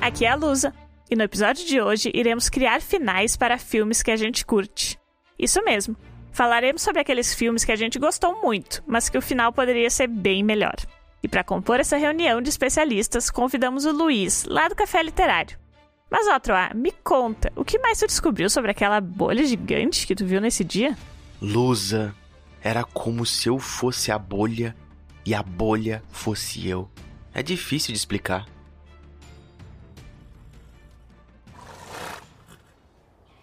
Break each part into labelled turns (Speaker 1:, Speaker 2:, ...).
Speaker 1: Aqui é a Lusa, e no episódio de hoje iremos criar finais para filmes que a gente curte. Isso mesmo, falaremos sobre aqueles filmes que a gente gostou muito, mas que o final poderia ser bem melhor. E para compor essa reunião de especialistas, convidamos o Luiz, lá do Café Literário. Mas, ó, Troá, me conta, o que mais tu descobriu sobre aquela bolha gigante que tu viu nesse dia?
Speaker 2: Lusa, era como se eu fosse a bolha e a bolha fosse eu. É difícil de explicar.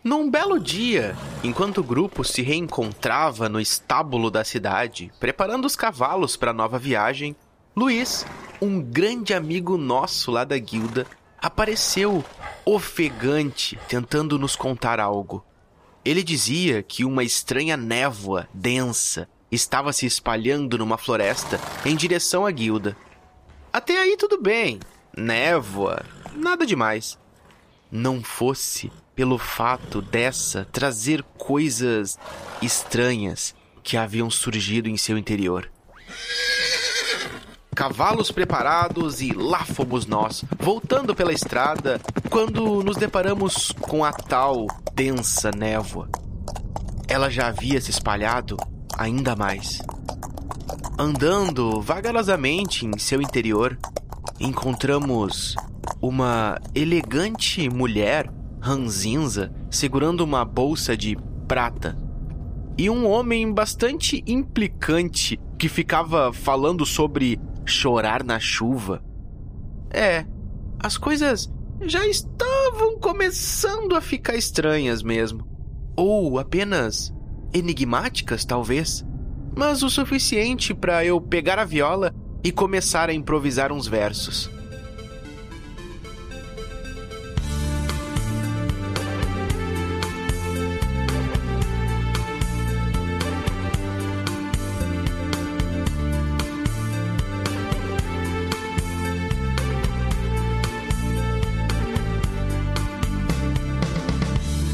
Speaker 2: Num belo dia, enquanto o grupo se reencontrava no estábulo da cidade, preparando os cavalos para a nova viagem, Luiz, um grande amigo nosso lá da guilda, apareceu ofegante, tentando nos contar algo. Ele dizia que uma estranha névoa densa estava se espalhando numa floresta em direção à guilda. Até aí tudo bem. Névoa, nada demais. Não fosse pelo fato dessa trazer coisas estranhas que haviam surgido em seu interior. Cavalos preparados e lá fomos nós, voltando pela estrada, quando nos deparamos com a tal densa névoa. Ela já havia se espalhado ainda mais. Andando vagarosamente em seu interior, encontramos uma elegante mulher ranzinza segurando uma bolsa de prata e um homem bastante implicante que ficava falando sobre chorar na chuva. É, as coisas já estavam começando a ficar estranhas mesmo. Ou apenas enigmáticas, talvez, mas o suficiente para eu pegar a viola e começar a improvisar uns versos.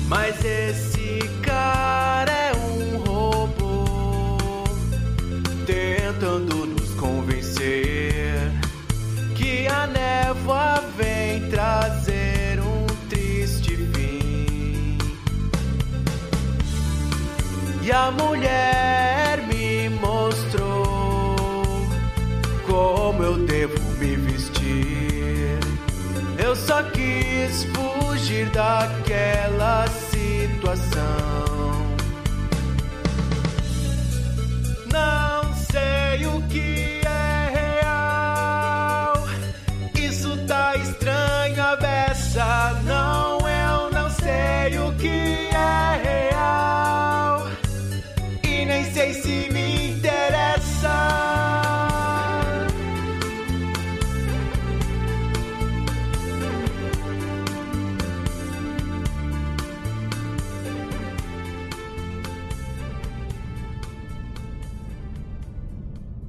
Speaker 3: Mas esse cara é um robô tentando nos convencer que a névoa vem trazer um triste fim. E a mulher me mostrou como eu devo me vestir. Eu só quis fugir daquela situação. Não sei o que é real. Isso tá estranho a beça. Não, é, eu não sei o que é real. E nem sei se me interessa.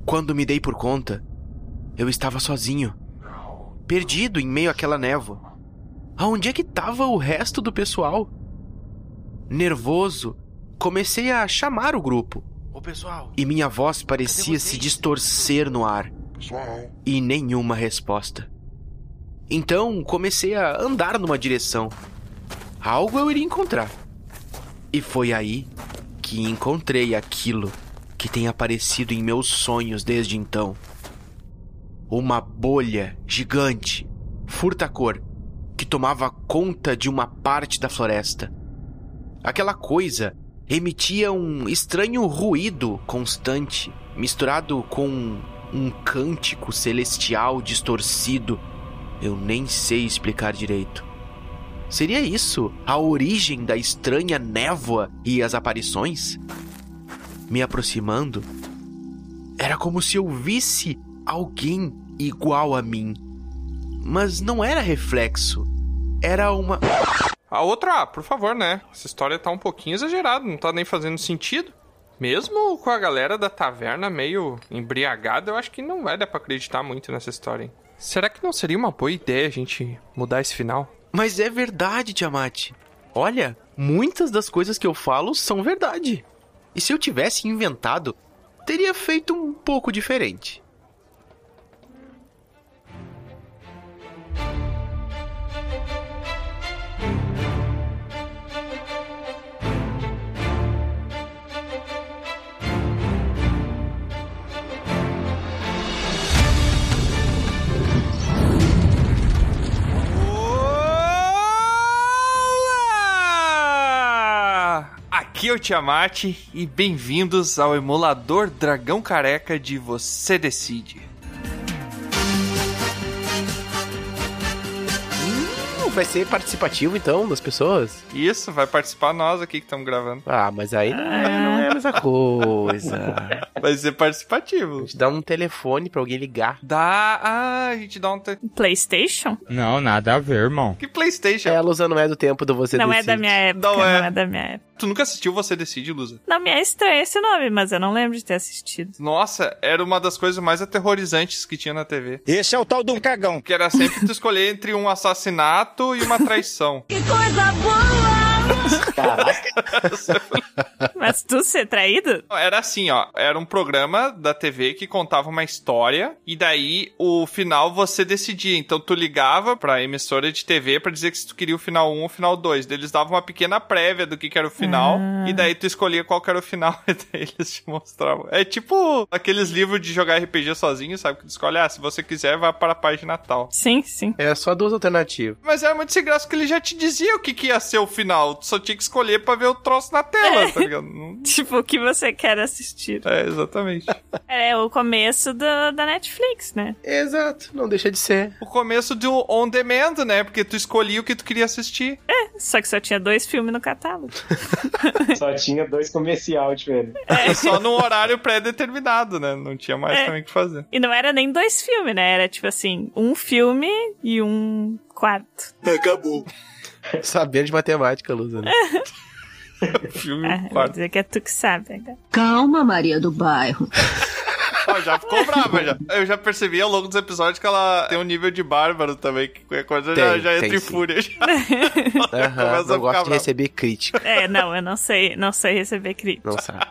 Speaker 2: Quando me dei por conta, eu estava sozinho, perdido em meio àquela névoa. Aonde é que estava o resto do pessoal? Nervoso, comecei a chamar o grupo
Speaker 3: Ô pessoal,
Speaker 2: e minha voz parecia se
Speaker 3: vocês?
Speaker 2: distorcer no ar
Speaker 4: Pessoal,
Speaker 2: e nenhuma resposta. Então comecei a andar numa direção. Algo eu iria encontrar. E foi aí que encontrei aquilo que tem aparecido em meus sonhos desde então. Uma bolha gigante, furta-cor, que tomava conta de uma parte da floresta. Aquela coisa emitia um estranho ruído constante, misturado com um cântico celestial distorcido. Eu nem sei explicar direito. Seria isso a origem da estranha névoa e as aparições? Me aproximando, era como se eu visse alguém igual a mim. Mas não era reflexo, era uma.
Speaker 5: A outra, ah, por favor, né? Essa história tá um pouquinho exagerada, não tá nem fazendo sentido. Mesmo com a galera da taverna meio embriagada, eu acho que não vai dar pra acreditar muito nessa história, hein? Será que não seria uma boa ideia a gente mudar esse final?
Speaker 2: Mas é verdade, Tiamat. Olha, muitas das coisas que eu falo são verdade. E se eu tivesse inventado, teria feito um pouco diferente.
Speaker 5: Aqui é o Tiamat e bem-vindos ao emulador Dragão Careca de Você Decide.
Speaker 2: Hum, vai ser participativo, então, das pessoas?
Speaker 5: Isso, vai participar nós aqui que estamos gravando.
Speaker 2: Ah, mas aí não, não é a mesma coisa.
Speaker 5: Vai ser
Speaker 2: A
Speaker 5: participativo.
Speaker 2: gente dá um telefone pra alguém ligar.
Speaker 5: Dá. Ah, a gente dá um. te-
Speaker 1: PlayStation?
Speaker 3: Não, nada a ver, irmão.
Speaker 5: Que PlayStation?
Speaker 2: É, a Lusa não é do tempo do você
Speaker 1: não é
Speaker 2: decide.
Speaker 1: da minha época,
Speaker 5: Não
Speaker 1: não
Speaker 5: é.
Speaker 1: é. da minha época.
Speaker 5: Tu nunca assistiu Você Decide, Lusa?
Speaker 1: Não me é estranho esse nome, mas eu não lembro de ter assistido.
Speaker 5: Nossa, era uma das coisas mais aterrorizantes que tinha na TV.
Speaker 3: Esse é o tal de um cagão.
Speaker 5: Que era sempre tu escolher entre um assassinato e uma traição.
Speaker 1: Mas tu ser traído?
Speaker 5: Era assim, ó. Era um programa da TV que contava uma história e daí o final você decidia. Então tu ligava pra emissora de TV pra dizer que se tu queria o final 1 ou o final 2. Daí Eles davam uma pequena prévia do que, que era o final e daí tu escolhia qual que era o final e daí eles te mostravam. É tipo aqueles livros de jogar RPG sozinho, sabe? Que tu escolhe, ah, se você quiser vai para a página tal.
Speaker 1: Sim, sim.
Speaker 2: É só duas alternativas.
Speaker 5: Mas era muito sem graça que ele já te dizia o que, que ia ser o final. Tu só tinha que escolher pra ver o troço na tela, tá ligado? Não-
Speaker 1: Tipo, o que você quer assistir.
Speaker 5: É, exatamente.
Speaker 1: É o começo do- da Netflix, né?
Speaker 2: Exato, não deixa de ser.
Speaker 5: o começo do on demand, né? Porque tu escolhia o que tu queria assistir.
Speaker 1: Só que só tinha dois filmes no catálogo.
Speaker 6: Só tinha dois comercial diferentes.
Speaker 5: É. Só num horário pré-determinado, né? Não tinha mais
Speaker 1: É.
Speaker 5: também o que fazer.
Speaker 1: E não era nem dois filmes, né? Era tipo assim, um filme e um quarto.
Speaker 2: Sabendo de matemática, Lusa. Né?
Speaker 5: Filme
Speaker 1: Ah, vou
Speaker 5: Um quarto.
Speaker 1: dizer que é tu que sabe. né?
Speaker 7: Calma, Maria do Bairro.
Speaker 5: Ó, já ficou brava já. Eu já percebi ao longo dos episódios que ela tem um nível de bárbaro também, que qualquer coisa já,
Speaker 2: Tem,
Speaker 5: já
Speaker 2: tem
Speaker 5: entra em
Speaker 2: sim.
Speaker 5: fúria.
Speaker 2: Aham,
Speaker 5: Começa a
Speaker 2: não
Speaker 5: ficar
Speaker 2: gosto
Speaker 5: bravo.
Speaker 2: de receber crítica.
Speaker 1: É, não, eu não sei, não sei receber crítica.
Speaker 2: Não sabe.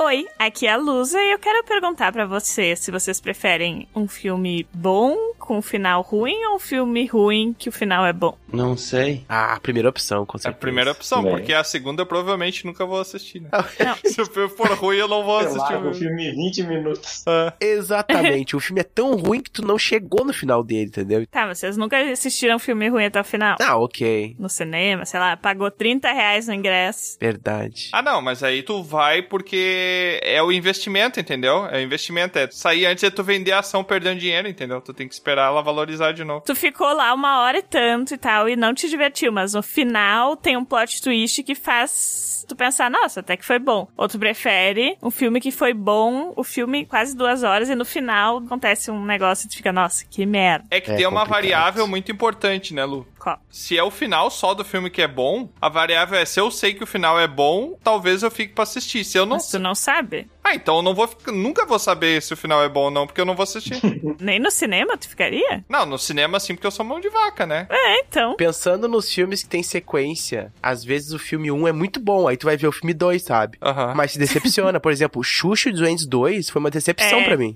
Speaker 1: Oi, aqui é a Lusa e eu quero perguntar pra vocês se vocês preferem um filme bom com um final ruim ou um filme ruim que o final é bom.
Speaker 8: Não sei.
Speaker 2: Ah, a primeira opção, com
Speaker 5: É a
Speaker 2: certeza.
Speaker 5: primeira opção,
Speaker 6: Bem.
Speaker 5: porque a segunda eu provavelmente nunca vou assistir, né?
Speaker 1: Não.
Speaker 5: Se o filme for ruim, eu não vou
Speaker 6: Eu
Speaker 5: assistir
Speaker 6: largo
Speaker 5: o
Speaker 6: o
Speaker 5: filme.
Speaker 6: um filme em 20 minutos.
Speaker 2: Exatamente. o filme é tão ruim que tu não chegou no final dele, entendeu?
Speaker 1: Tá, mas vocês nunca assistiram filme ruim até o final?
Speaker 2: Ah, ok.
Speaker 1: No cinema, sei lá, pagou 30 reais no ingresso.
Speaker 2: Verdade.
Speaker 5: Ah, não, mas aí tu vai porque é o investimento, entendeu? É o investimento, é tu sair antes de tu vender a ação perdendo dinheiro, entendeu? Tu tem que esperar ela valorizar de novo.
Speaker 1: Tu ficou lá uma hora e tanto e tal, e não te divertiu, mas no final tem um plot twist que faz tu pensar, nossa, até que foi bom. Ou tu prefere um filme que foi bom, o filme quase duas horas, e no final acontece um negócio e tu fica, nossa, que merda.
Speaker 5: É que
Speaker 2: É
Speaker 5: tem uma
Speaker 2: complicado.
Speaker 5: variável muito importante, né, Lu?
Speaker 1: Qual?
Speaker 5: Se é o final só do filme que é bom, a variável é se eu sei que o final é bom, talvez eu fique pra assistir. Se eu não.
Speaker 1: Mas tu não sabe?
Speaker 5: Ah, então eu não vou ficar- nunca vou saber se o final é bom ou não, porque eu não vou assistir.
Speaker 1: Nem no cinema tu ficaria?
Speaker 5: não, no cinema sim, porque eu sou mão de vaca, né?
Speaker 1: É, então.
Speaker 2: Pensando nos filmes que tem sequência, às vezes o filme 1 é muito bom, aí tu vai ver o filme 2, sabe?
Speaker 5: Aham.
Speaker 2: Mas se decepciona. Por exemplo, o Xuxa e Duendes 2 foi uma decepção
Speaker 1: É.
Speaker 2: pra mim.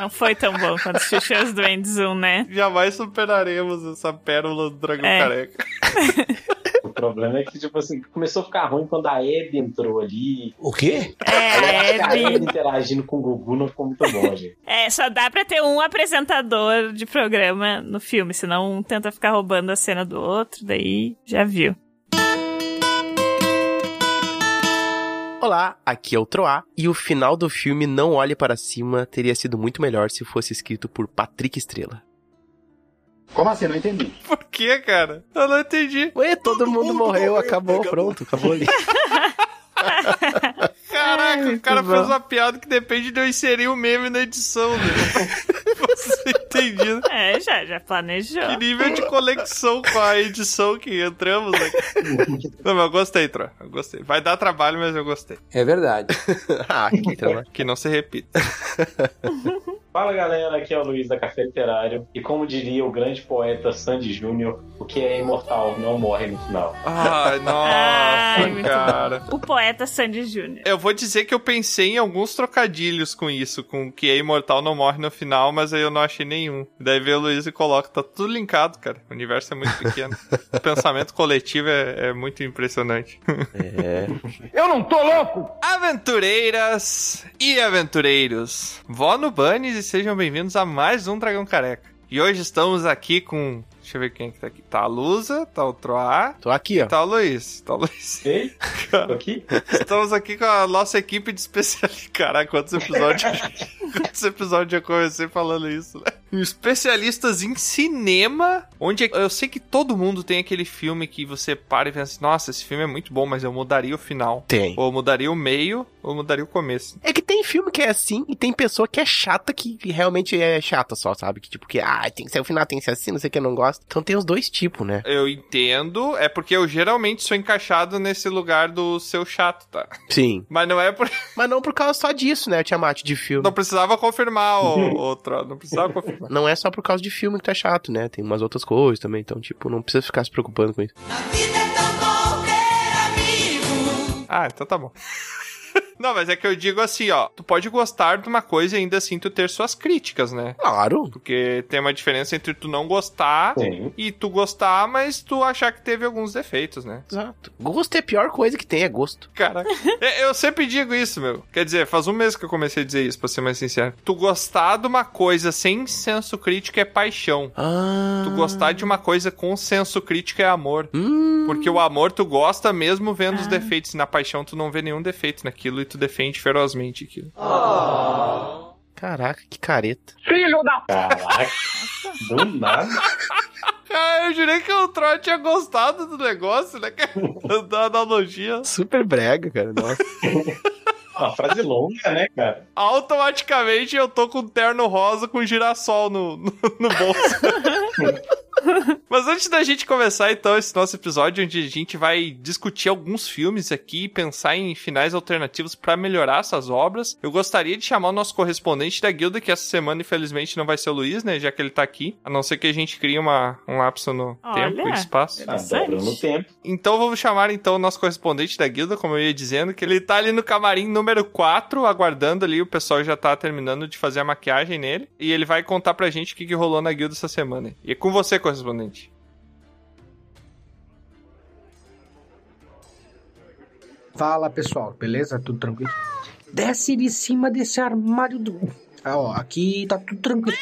Speaker 1: Não foi tão bom quanto Xuxa e os Duendes 1, né?
Speaker 5: Jamais superaremos essa pérola do Dragão
Speaker 1: É.
Speaker 5: Careca.
Speaker 6: O problema é que, tipo assim, começou a ficar ruim quando a Abby entrou ali.
Speaker 8: O quê?
Speaker 1: É,
Speaker 6: A Abby
Speaker 1: Abby.
Speaker 6: interagindo com o Gugu não ficou muito bom, gente.
Speaker 1: É, só dá pra ter um apresentador de programa no filme, senão um tenta ficar roubando a cena do outro, daí já viu.
Speaker 2: Olá, aqui é o Troá, e o final do filme Não Olhe Para Cima teria sido muito melhor se fosse escrito por Patrick Estrela.
Speaker 5: Por quê, cara? Eu não entendi.
Speaker 2: Ué, todo mundo morreu, acabou, pronto, acabou ali.
Speaker 5: Caraca, o cara
Speaker 2: bom.
Speaker 5: fez uma piada que depende de eu inserir o meme na edição, né? Você entendido?
Speaker 1: É, já, já planejou.
Speaker 5: Que nível de conexão com a edição que entramos aqui. Não, mas eu gostei, Tro. Eu gostei. Vai dar trabalho, mas eu gostei.
Speaker 8: É verdade.
Speaker 2: ah, que trabalho.
Speaker 5: Que não se repita.
Speaker 6: Fala galera, aqui é o Luiz da Café Literário. E como diria o grande poeta Sandy Júnior, o que é imortal não morre no final.
Speaker 5: Ai, nossa,
Speaker 1: Ai, muito
Speaker 5: cara.
Speaker 1: O poeta Sandy Júnior.
Speaker 5: Eu vou dizer que eu pensei em alguns trocadilhos com isso, com que é imortal não morre no final, mas aí eu não achei nenhum. Daí veio o Luiz e coloca, tá tudo linkado, cara. O universo é muito pequeno. o pensamento coletivo é- é muito impressionante.
Speaker 2: É.
Speaker 5: Aventureiras e aventureiros, vó no Bunnies e sejam bem-vindos a mais um Dragão Careca. E hoje estamos aqui com. Deixa eu ver quem que tá aqui. Tá a Lusa, tá o Troá,
Speaker 9: Tô aqui, ó.
Speaker 5: tá o Luiz. Tá o Luiz.
Speaker 6: Ei, tô aqui?
Speaker 5: Estamos aqui com a nossa equipe de especialistas. Caraca, quantos episódios. quantos episódios eu comecei falando isso, né? Especialistas em cinema, onde eu sei que todo mundo tem aquele filme que você para e pensa: nossa, esse filme é muito bom, mas eu mudaria o final.
Speaker 9: Tem.
Speaker 5: Ou eu mudaria o meio, ou eu mudaria o começo.
Speaker 2: É que tem filme que é assim e tem pessoa que é chata, que realmente é chata só, sabe? Que tipo, que, ah, tem que ser o final, tem que ser assim, não sei o que, eu não gosto. Então tem os dois tipos, né?
Speaker 5: Eu entendo, é porque eu geralmente sou encaixado nesse lugar do seu chato, tá?
Speaker 2: Sim.
Speaker 5: Mas não é por.
Speaker 2: Mas não por causa só disso, né, Tiamat, de filme.
Speaker 5: Não
Speaker 2: Não.
Speaker 5: precisava confirmar o outro, não precisava confirmar.
Speaker 2: é só por causa de filme que tu é chato, né? Tem umas outras coisas também, então, tipo, não precisa ficar se preocupando com isso.
Speaker 5: Ah, então tá bom. Não, mas é que eu digo assim, ó, tu pode gostar de uma coisa e ainda assim tu ter suas críticas, né?
Speaker 2: Claro.
Speaker 5: Porque tem uma diferença entre tu não gostar
Speaker 6: Sim.
Speaker 5: e tu gostar, mas tu achar que teve alguns defeitos, né?
Speaker 2: Exato. Gosto é a pior coisa que tem, é gosto.
Speaker 5: Cara, é, eu sempre digo isso, meu. Quer dizer, faz um mês que eu comecei a dizer isso, pra ser mais sincero. Tu gostar de uma coisa sem senso crítico é paixão.
Speaker 2: Ah.
Speaker 5: Tu gostar de uma coisa com senso crítico é amor.
Speaker 2: Hum.
Speaker 5: Porque o amor tu gosta mesmo vendo os defeitos. E na paixão tu não vê nenhum defeito naquilo e tu defende ferozmente aquilo.
Speaker 2: Caraca, que careta.
Speaker 6: Caraca, do nada.
Speaker 5: Ah, eu jurei que o Troy tinha gostado do negócio, né? Da analogia.
Speaker 2: Super brega, cara. Nossa.
Speaker 6: Uma frase longa, né, cara?
Speaker 5: Automaticamente eu tô com um terno rosa com girassol no, no, no bolso. Mas antes da gente começar, então, esse nosso episódio, onde a gente vai discutir alguns filmes aqui e pensar em finais alternativos pra melhorar essas obras, eu gostaria de chamar o nosso correspondente da guilda, que essa semana, infelizmente, não vai ser o Luiz, né? Já que ele tá aqui. A não ser que a gente crie uma, um lapso no
Speaker 1: Olha.
Speaker 5: tempo e espaço.
Speaker 6: Ah,
Speaker 1: Interessante.
Speaker 6: dobrou no tempo.
Speaker 5: Então vamos chamar então o nosso correspondente da guilda, como eu ia dizendo, que ele tá ali no camarim número 4, aguardando ali, o pessoal já tá terminando de fazer a maquiagem nele, e ele vai contar pra gente o que, que rolou na guilda essa semana. E é com você, correspondente.
Speaker 10: Fala pessoal, beleza? Tudo tranquilo? Desce de cima desse armário do. Ah, ó, aqui tá tudo tranquilo.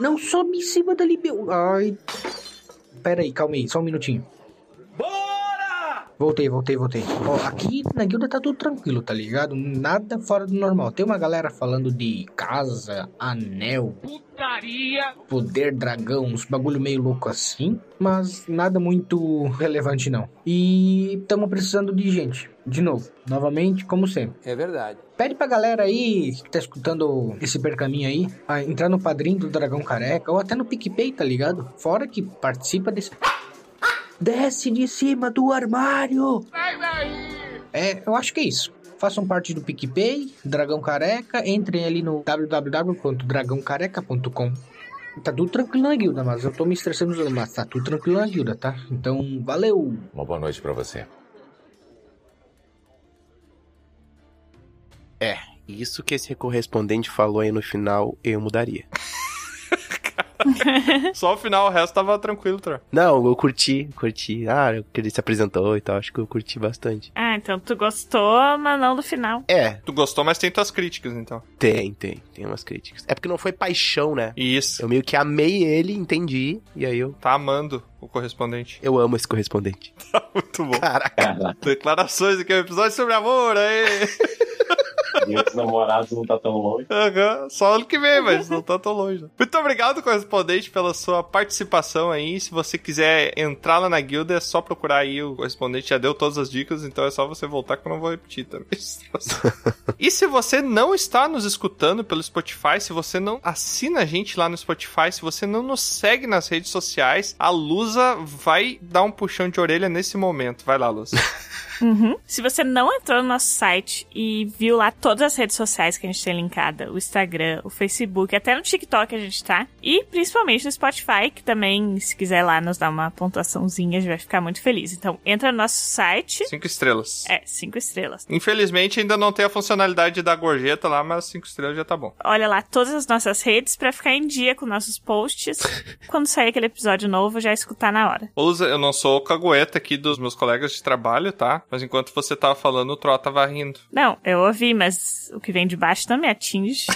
Speaker 10: Não sobe em cima dali, meu. Ai. Pera aí, calma aí, só um minutinho. Bora! Voltei, voltei, voltei. Ó, aqui na guilda tá tudo tranquilo, tá ligado? Nada fora do normal. Tem uma galera falando de casa, anel, poder dragão, uns bagulho meio louco assim, mas nada muito relevante não. E estamos precisando de gente, de novo, novamente, como sempre. É verdade. Pede pra galera aí que tá escutando esse percaminho aí, a entrar no padrinho do Dragão Careca ou até no PicPay, tá ligado? Fora que participa desse Desce de cima do armário. É, eu acho que é isso. Façam parte do PicPay, Dragão Careca, entrem ali no www.dragãocareca.com Tá tudo tranquilo na guilda, mas eu tô me estressando, mas tá tudo tranquilo na guilda, tá? Então, valeu!
Speaker 11: Uma boa noite pra você.
Speaker 2: Isso que esse correspondente falou aí no final, eu mudaria.
Speaker 5: Só o final, o resto tava tranquilo, Tro.
Speaker 2: Não, eu curti, curti. Ah, eu- que ele se apresentou e tal, acho que eu curti bastante.
Speaker 1: Ah, então tu gostou, mas não do final.
Speaker 2: É,
Speaker 5: Tu gostou, mas tem tuas críticas, então.
Speaker 2: tem, tem, tem umas críticas. É porque não foi paixão, né?
Speaker 5: Isso.
Speaker 2: Eu meio que amei ele, entendi, e aí eu,
Speaker 5: Tá amando o correspondente.
Speaker 2: eu amo esse correspondente.
Speaker 5: Muito bom.
Speaker 2: Caraca,
Speaker 6: Caraca,
Speaker 5: Declarações aqui, é um episódio sobre amor, aí.
Speaker 6: e os namorados não tá tão longe.
Speaker 5: Aham, só ano que vem, mas não tá tão longe. né? Muito obrigado, correspondente, pela sua participação aí. Se você quiser entrar lá na guilda, é só procurar aí. O correspondente já deu todas as dicas, então é só você voltar que eu não vou repetir também. e se você não está nos escutando pelo Spotify, se você não assina a gente lá no Spotify, se você não nos segue nas redes sociais, a Lusa vai dar um puxão de orelha nesse momento. Vai lá, Lusa.
Speaker 1: Uhum. Se você não entrou no nosso site e viu lá todas as redes sociais que a gente tem linkada, o Instagram, o Facebook, até no TikTok a gente tá, e principalmente no Spotify, que também, se quiser lá nos dar uma pontuaçãozinha, a gente vai ficar muito feliz. Então, entra no nosso site.
Speaker 5: Cinco estrelas.
Speaker 1: É, cinco estrelas.
Speaker 5: Infelizmente ainda não tem a funcionalidade da gorjeta lá, mas cinco estrelas já tá bom.
Speaker 1: Olha lá todas as nossas redes pra ficar em dia com nossos posts. Quando sair aquele episódio novo, já escutar na hora.
Speaker 5: Ô, Lusa, eu não sou o cagueta aqui dos meus colegas de trabalho, tá? Mas enquanto você tava falando, o Tro tava rindo.
Speaker 1: Não, eu ouvi, mas o que vem de baixo também atinge.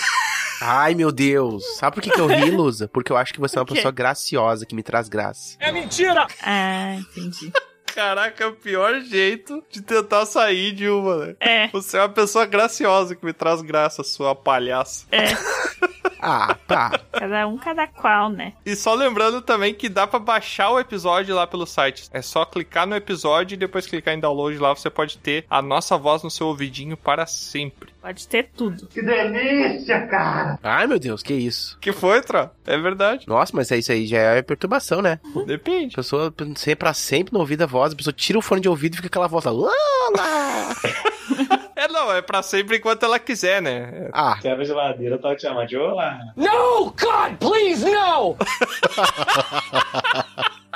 Speaker 2: Ai, meu Deus. Sabe por que, que eu ri, Lusa? Porque eu acho que você é uma pessoa graciosa, que me traz graça.
Speaker 1: Ah, entendi.
Speaker 5: Caraca, é o pior jeito de tentar sair de uma, né?
Speaker 1: É,
Speaker 5: Você é uma pessoa graciosa que me traz graça, sua palhaça.
Speaker 2: Ah, tá.
Speaker 1: cada um, cada qual, né?
Speaker 5: E só lembrando também que dá pra baixar o episódio lá pelo site. É só clicar no episódio e depois clicar em download lá, você pode ter a nossa voz no seu ouvidinho para sempre.
Speaker 1: Pode ter tudo.
Speaker 2: Ai, meu Deus, que isso.
Speaker 5: Que foi, Tro? É verdade.
Speaker 2: Nossa, mas é isso aí já é perturbação, né? A
Speaker 5: Depende.
Speaker 2: pessoa sempre pra sempre não ouvir a voz, a pessoa tira o fone de ouvido e fica aquela voz lá. "Lá, lá".
Speaker 5: É não, é pra sempre enquanto ela quiser, né?
Speaker 2: Ah,
Speaker 6: Se abre a geladeira, tá te chamando de olá.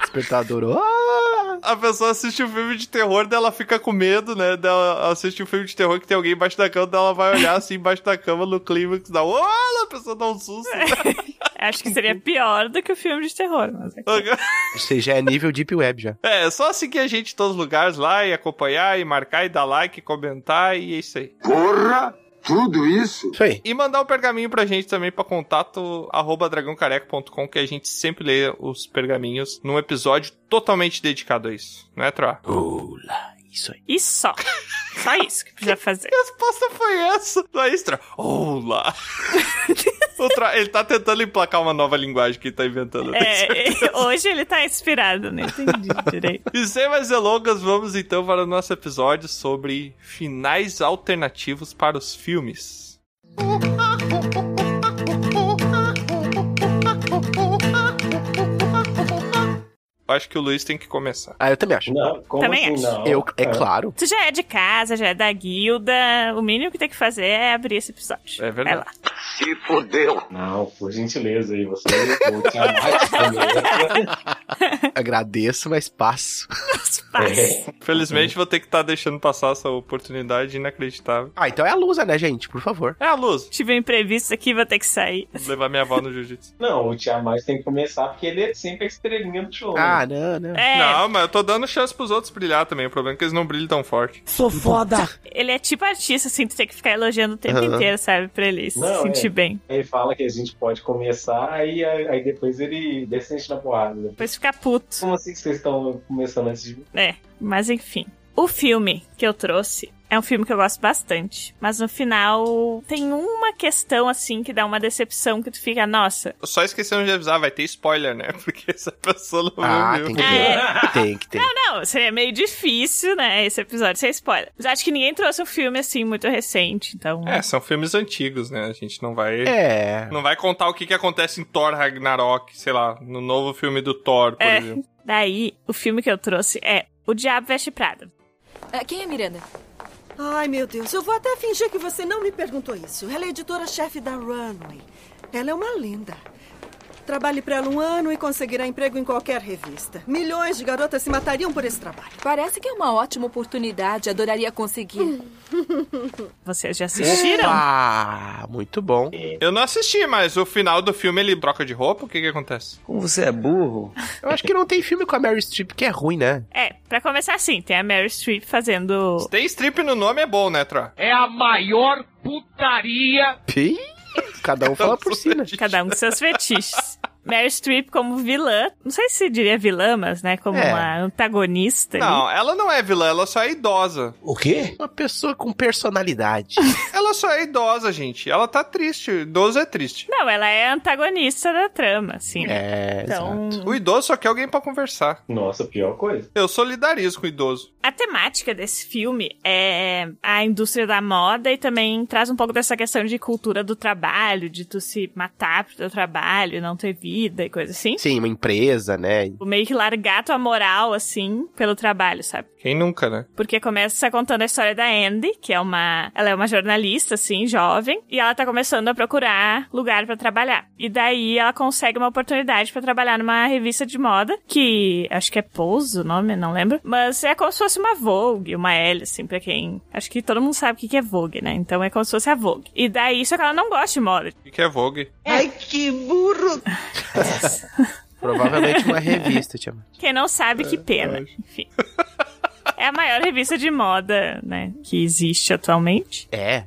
Speaker 2: despertador. Ah!
Speaker 5: A pessoa assiste um filme de terror, dela fica com medo, né? Dela assiste um filme de terror que tem alguém embaixo da cama, dela vai olhar assim embaixo da cama no clímax, dá olha, a pessoa dá um susto.
Speaker 1: Acho que seria pior do que o filme de terror. Mas é que-
Speaker 2: Isso aí já é nível Deep Web já.
Speaker 5: É, é só seguir a gente em todos os lugares lá e acompanhar, e marcar, e dar like, e comentar, e é isso aí.
Speaker 2: Isso aí.
Speaker 5: E mandar o pergaminho pra gente também pra contato arroba dragãocareca.com que a gente sempre lê os pergaminhos num episódio totalmente dedicado a isso, né, Troa?
Speaker 2: Olá, isso aí.
Speaker 1: E só. Só isso que precisa fazer.
Speaker 5: Que resposta foi essa? Da extra. é Olá! O Troá, ele tá tentando emplacar uma nova linguagem que ele tá inventando. né?
Speaker 1: É, hoje ele tá inspirado, não entendi direito.
Speaker 5: E sem mais delongas, vamos então para o nosso episódio sobre finais alternativos para os filmes. Acho que o Luiz tem que começar.
Speaker 2: Ah, eu também acho.
Speaker 6: Não, como
Speaker 1: Também
Speaker 6: assim
Speaker 1: acho.
Speaker 6: não?
Speaker 2: Eu, é
Speaker 6: Ah,
Speaker 2: claro.
Speaker 1: Tu já é de casa, já é da guilda. O mínimo que tem que fazer é abrir esse episódio.
Speaker 5: É verdade.
Speaker 1: Vai lá.
Speaker 6: Não, por gentileza aí, você eu te amar,
Speaker 2: Agradeço, mas passo.
Speaker 5: É.
Speaker 1: Faz.
Speaker 6: É.
Speaker 5: Felizmente vou ter que estar deixando passar essa oportunidade inacreditável.
Speaker 2: Ah, então é a Lusa, né, gente? Por favor.
Speaker 5: É a luz.
Speaker 1: Tive um imprevisto aqui, vou ter que sair.
Speaker 5: Levar minha avó no jiu-jitsu.
Speaker 6: Não, o Tiamat tem que começar porque ele é sempre a estrelinha do show. né?
Speaker 2: Ah, não, não.
Speaker 1: É,
Speaker 5: Não, mas eu tô dando chance pros outros brilhar também. O problema é que eles não brilham tão forte.
Speaker 1: ele é tipo artista, assim, tu tem que ficar elogiando o tempo
Speaker 2: Aham.
Speaker 1: inteiro, sabe? Pra ele se
Speaker 6: Não,
Speaker 1: sentir
Speaker 6: é.
Speaker 1: bem.
Speaker 6: Ele fala que a gente pode começar, aí, aí depois ele descende na porrada. né?
Speaker 1: Depois ficar puto.
Speaker 6: Como assim que vocês estão começando antes de mim?
Speaker 1: É, mas enfim. O filme que eu trouxe é um filme que eu gosto bastante. Mas no final tem uma questão, assim, que dá uma decepção que tu fica, nossa.
Speaker 5: Só esquecendo de avisar, vai ter spoiler, né? Porque essa pessoa não
Speaker 2: Ah,
Speaker 5: viu.
Speaker 2: tem que
Speaker 1: É.
Speaker 2: ter. Tem que ter.
Speaker 1: Não, seria meio difícil, né? Esse episódio sem spoiler. Mas acho que ninguém trouxe um filme, assim, muito recente, então.
Speaker 5: É, são filmes antigos, né? A gente não vai.
Speaker 2: É.
Speaker 5: Não vai contar o que, que acontece em Thor Ragnarok, sei lá, no novo filme do Thor, por
Speaker 1: É.
Speaker 5: exemplo.
Speaker 1: Daí, o filme que eu trouxe é O Diabo Veste Prada.
Speaker 11: É, quem é Miranda? Ai, meu Deus, eu vou até fingir que você não me perguntou isso. Ela é editora-chefe da Runway. Ela é uma lenda. Trabalhe para ela um ano e conseguirá emprego em qualquer revista. Milhões de garotas se matariam por esse trabalho.
Speaker 7: Parece que é uma ótima oportunidade, adoraria conseguir.
Speaker 1: Vocês já assistiram?
Speaker 2: Ah, muito bom.
Speaker 5: Eu não assisti, mas o final do filme ele troca de roupa, o que que acontece?
Speaker 2: Eu acho que não tem filme com a Mary Streep que é ruim, né?
Speaker 1: É, pra começar assim, tem a Mary Streep fazendo.
Speaker 5: Se tem strip no nome é bom, né, Tro?
Speaker 2: Pi? Cada um fala por si, né?
Speaker 1: Cada um com seus fetiches. Mary Streep como vilã. Não sei se diria vilã, mas, né? Como
Speaker 2: É.
Speaker 1: uma antagonista. ali.
Speaker 5: Não, ela não é vilã, ela só é idosa.
Speaker 2: Uma pessoa com personalidade.
Speaker 5: Ela só é idosa, gente. Ela tá triste. Idoso é triste.
Speaker 1: Não, ela é a antagonista da trama, assim.
Speaker 2: É,
Speaker 1: Então,
Speaker 2: exato.
Speaker 5: O idoso só quer alguém pra conversar.
Speaker 6: Nossa, pior coisa.
Speaker 5: Eu solidarizo com o idoso.
Speaker 1: a temática desse filme é a indústria da moda e também traz um pouco dessa questão de cultura do trabalho, de tu se matar pro teu trabalho, não ter vida e coisa assim. Tipo,
Speaker 2: Sim, uma empresa, né?
Speaker 1: Meio que largar tua moral, assim, pelo trabalho, sabe?
Speaker 5: Quem nunca, né?
Speaker 1: Porque começa contando a história da Andy, que é uma. Ela é uma jornalista, assim, jovem, e ela tá começando a procurar lugar pra trabalhar. E daí ela consegue uma oportunidade pra trabalhar numa revista de moda, que acho que é Pose o nome, não lembro. Mas é como se fosse uma Vogue, uma L, assim, pra quem. Acho que todo mundo sabe o que que é Vogue, né? Então é como se fosse a Vogue. E daí, só que ela não gosta de moda.
Speaker 5: O que que é Vogue?
Speaker 2: Provavelmente uma revista, tipo. Tia.
Speaker 1: Quem não sabe, que pena. Enfim. É a maior revista de moda, né, que existe atualmente.
Speaker 2: É.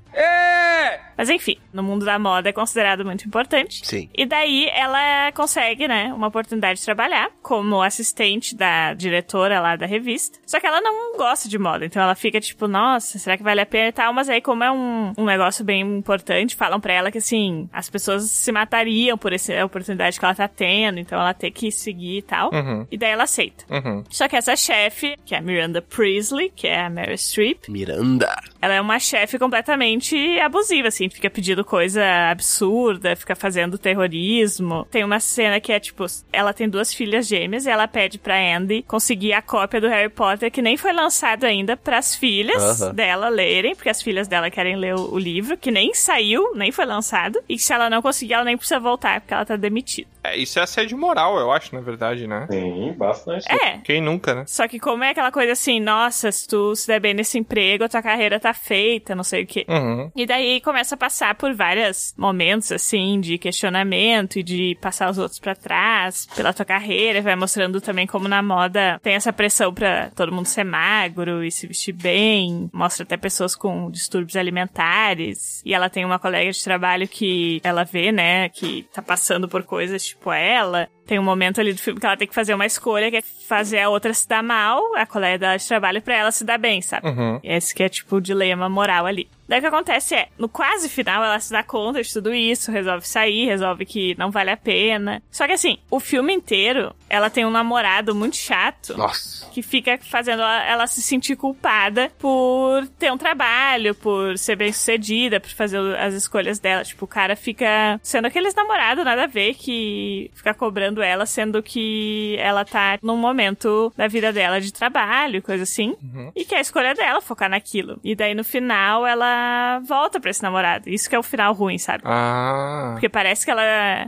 Speaker 1: Mas enfim, no mundo da moda é considerado muito importante.
Speaker 2: Sim.
Speaker 1: E daí ela consegue, né, uma oportunidade de trabalhar como assistente da diretora lá da revista. Só que ela não gosta de moda, então ela fica tipo, nossa, será que vale a pena e tal? Mas aí, como é um, um negócio bem importante, falam pra ela que assim, as pessoas se matariam por essa oportunidade que ela tá tendo, então ela tem que seguir e tal.
Speaker 5: Uhum.
Speaker 1: E daí ela aceita.
Speaker 5: Uhum.
Speaker 1: Só que essa chefe, que é a Miranda Priestley, que é a Mary Streep,
Speaker 2: Miranda.
Speaker 1: ela é uma chefe completamente abusiva, assim, fica pedindo coisa absurda, fica fazendo terrorismo. Tem uma cena que é tipo, ela tem duas filhas gêmeas e ela pede pra Andy conseguir a cópia do Harry Potter que nem foi lançado ainda pras filhas
Speaker 12: Aham.
Speaker 1: dela lerem, porque as filhas dela querem ler o, o livro que nem saiu, nem foi lançado, e que se ela não conseguir, ela nem precisa voltar porque ela tá demitida.
Speaker 5: É, isso é assédio moral, eu acho, na verdade, né?
Speaker 6: Sim, bastante.
Speaker 1: É.
Speaker 5: Quem nunca, né?
Speaker 1: Só que como é aquela coisa assim, nossa, se tu se der bem nesse emprego, a tua carreira tá feita, não sei o quê.
Speaker 5: Uhum.
Speaker 1: E daí começa a passar por vários momentos, assim, de questionamento e de passar os outros pra trás, pela tua carreira. Vai mostrando também como na moda tem essa pressão pra todo mundo ser magro e se vestir bem. Mostra até pessoas com distúrbios alimentares. E ela tem uma colega de trabalho que ela vê, né, que tá passando por coisas tipo ela. Tem um momento ali do filme que ela tem que fazer uma escolha, que é fazer a outra se dar mal, a colega dela de trabalho, pra ela se dar bem, sabe?
Speaker 5: Uhum.
Speaker 1: Esse que é tipo o dilema moral ali. Daí o que acontece é, no quase final, ela se dá conta de tudo isso, resolve sair, resolve que não vale a pena. Só que assim, o filme inteiro, ela tem um namorado muito chato.
Speaker 2: Nossa.
Speaker 1: Que fica fazendo ela, ela se sentir culpada por ter um trabalho, por ser bem sucedida, por fazer o- as escolhas dela. Tipo, o cara fica sendo aqueles namorados, nada a ver, que fica cobrando ela, sendo que ela tá num momento da vida dela de trabalho, e coisa assim. E que é a escolha dela focar naquilo. E daí no final ela volta pra esse namorado. Isso que é o final ruim, sabe?
Speaker 5: Ah.
Speaker 1: Porque parece que ela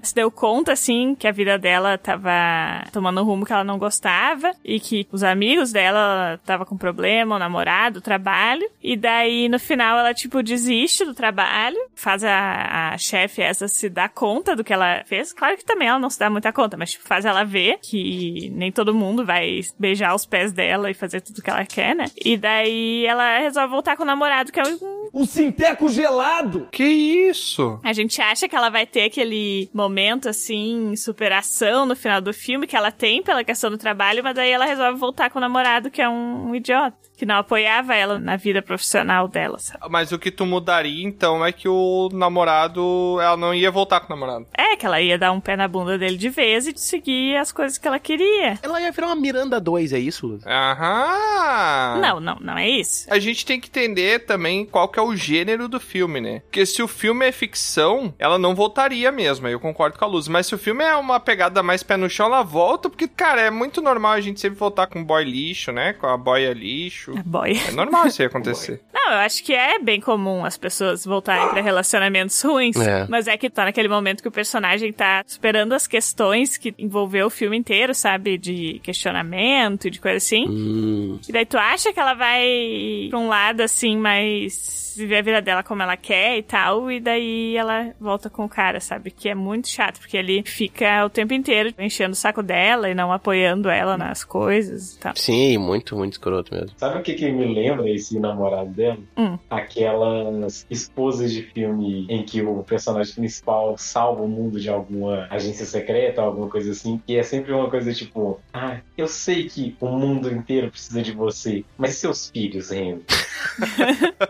Speaker 1: se deu conta, assim, que a vida dela tava tomando um rumo que ela não gostava e que os amigos dela tava com problema, o namorado, o trabalho. E daí, no final, ela, tipo, desiste do trabalho, faz a, a chefe essa se dar conta do que ela fez. Claro que também ela não se dá muita conta, mas, tipo, faz ela ver que nem todo mundo vai beijar os pés dela e fazer tudo que ela quer, né? E daí ela resolve voltar com o namorado, que é um
Speaker 5: Um sinteco gelado! Que isso?
Speaker 1: a gente acha que ela vai ter aquele momento, assim, superação no final do filme, que ela tem pela questão do trabalho, mas daí ela resolve voltar com o namorado, que é um, um idiota, que não apoiava ela na vida profissional dela, sabe?
Speaker 5: Mas o que tu mudaria então é que o namorado. Ela não ia voltar com o namorado.
Speaker 1: É, que ela ia dar um pé na bunda dele de vez e seguir as coisas que ela queria.
Speaker 2: Ela ia virar uma Miranda 2, é isso, Luz?
Speaker 5: Aham!
Speaker 1: Não, não, não é isso.
Speaker 5: A gente tem que entender também qual que é o gênero do filme, né? Porque se o filme é ficção, ela não voltaria mesmo, aí eu concordo com a Luz. Mas se o filme é uma pegada mais pé no chão, ela volta, porque, cara, é muito normal a gente sempre voltar com boy lixo, né? Com a boia lixo. A
Speaker 1: boia.
Speaker 5: É normal isso aí acontecer.
Speaker 1: Não, eu acho que é bem comum as pessoas voltarem pra relacionamentos ruins.
Speaker 5: É.
Speaker 1: Mas é que tá naquele momento que o personagem tá superando as questões que envolveu o filme inteiro, sabe? De questionamento e de coisa assim. E daí tu acha que ela vai pra um lado assim, mas viver a vida dela como ela quer e tal. E daí ela volta com o cara, sabe? Que é muito chato, porque ele fica o tempo inteiro enchendo o saco dela e não apoiando ela nas coisas e tal.
Speaker 2: Sim, muito, muito escroto mesmo.
Speaker 6: Sabe o que, que me lembra esse namorado dela?
Speaker 1: Hum.
Speaker 6: Aquelas esposas de filme em que o personagem principal salva o mundo de alguma agência secreta, alguma coisa assim, que é sempre uma coisa tipo: Ah, eu sei que o mundo inteiro precisa de você, mas seus filhos, Henry.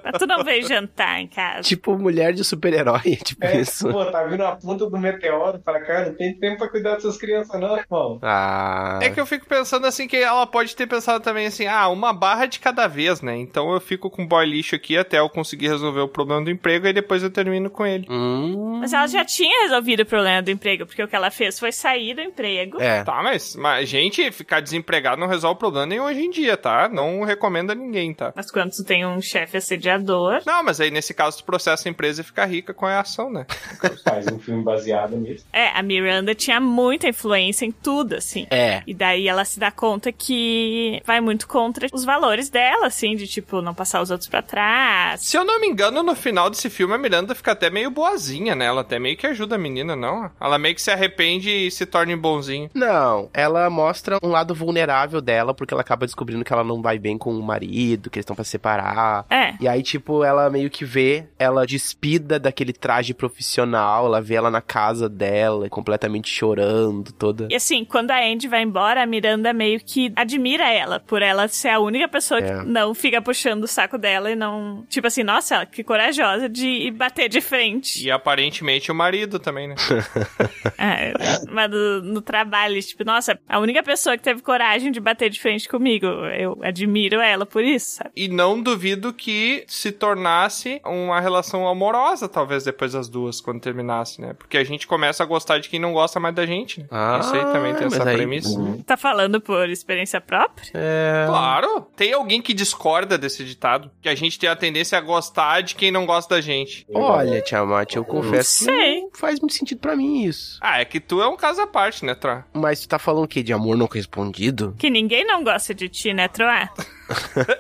Speaker 1: Mas tu não veio jantar em casa.
Speaker 2: Tipo mulher de super-herói, tipo
Speaker 6: É,
Speaker 2: isso.
Speaker 6: pô, tá vindo a ponta do meteoro pra cá, não tem tempo pra cuidar dessas crianças, não, irmão.
Speaker 2: Ah.
Speaker 5: É que eu fico pensando assim que ela pode ter pensado também assim, ah, uma barra de cada vez, né? Então eu fico com boy lixo aqui até eu conseguir resolver o problema do emprego e depois eu termino com ele.
Speaker 1: Mas ela já tinha resolvido o problema do emprego, porque o que ela fez foi sair do
Speaker 2: É.
Speaker 1: emprego.
Speaker 5: Tá, mas, mas gente, ficar desempregado não resolve problema nem hoje em dia, tá? Não recomendo a ninguém, tá?
Speaker 1: Mas quando tu tem um chefe assediador.
Speaker 5: Não, mas aí nesse caso tu processa a empresa e fica rica com a ação, né?
Speaker 6: Faz um filme baseado nisso.
Speaker 1: É, a Miranda tinha muita influência em tudo, assim.
Speaker 2: É.
Speaker 1: E daí ela se dá conta que vai muito contra os valores dela, assim, de tipo, não passar os outros pra trás.
Speaker 5: Se eu não me engano, no final desse filme a Miranda fica até meio boazinha, né? Ela até meio que ajuda a menina, não? Ela meio que se arrepende e se torna bonzinho.
Speaker 2: Não, ela mostra um lado vulnerável dela, porque ela acaba descobrindo que ela não vai bem com o marido, que eles estão pra se separar.
Speaker 1: É.
Speaker 2: E aí, tipo, ela meio que vê ela despida daquele traje profissional, ela vê ela na casa dela, completamente chorando, toda.
Speaker 1: E assim, quando a Andy vai embora, a Miranda meio que admira ela, por ela ser a única pessoa
Speaker 2: É.
Speaker 1: que não fica puxando o saco dela e não. Tipo assim, nossa, que corajosa de ir bater de frente.
Speaker 5: E aparentemente o marido também, né?
Speaker 1: É, mas no, no trabalho, tipo, nossa, a única pessoa que teve coragem de bater de frente comigo. Eu admiro ela por isso, sabe?
Speaker 5: E não duvido que se tornasse uma relação amorosa, talvez, depois das duas, quando terminasse, né? Porque a gente começa a gostar de quem não gosta mais da gente, né?
Speaker 2: Ah,
Speaker 5: Isso aí também tem
Speaker 2: mas
Speaker 5: essa
Speaker 2: aí-
Speaker 5: premissa.
Speaker 6: Uhum.
Speaker 1: Tá falando por experiência própria?
Speaker 2: É.
Speaker 5: Claro! Tem alguém que discorda desse ditado? Que a gente tem a tendência a gostar de quem não gosta da gente.
Speaker 2: Olha, Tiamat, eu confesso que
Speaker 1: Sei.
Speaker 2: não faz muito sentido pra mim isso.
Speaker 5: Ah, é que tu é um caso à parte, né, Tra?
Speaker 2: Mas tu tá falando o quê? De amor não correspondido?
Speaker 1: Que ninguém não gosta de ti, né, Troá?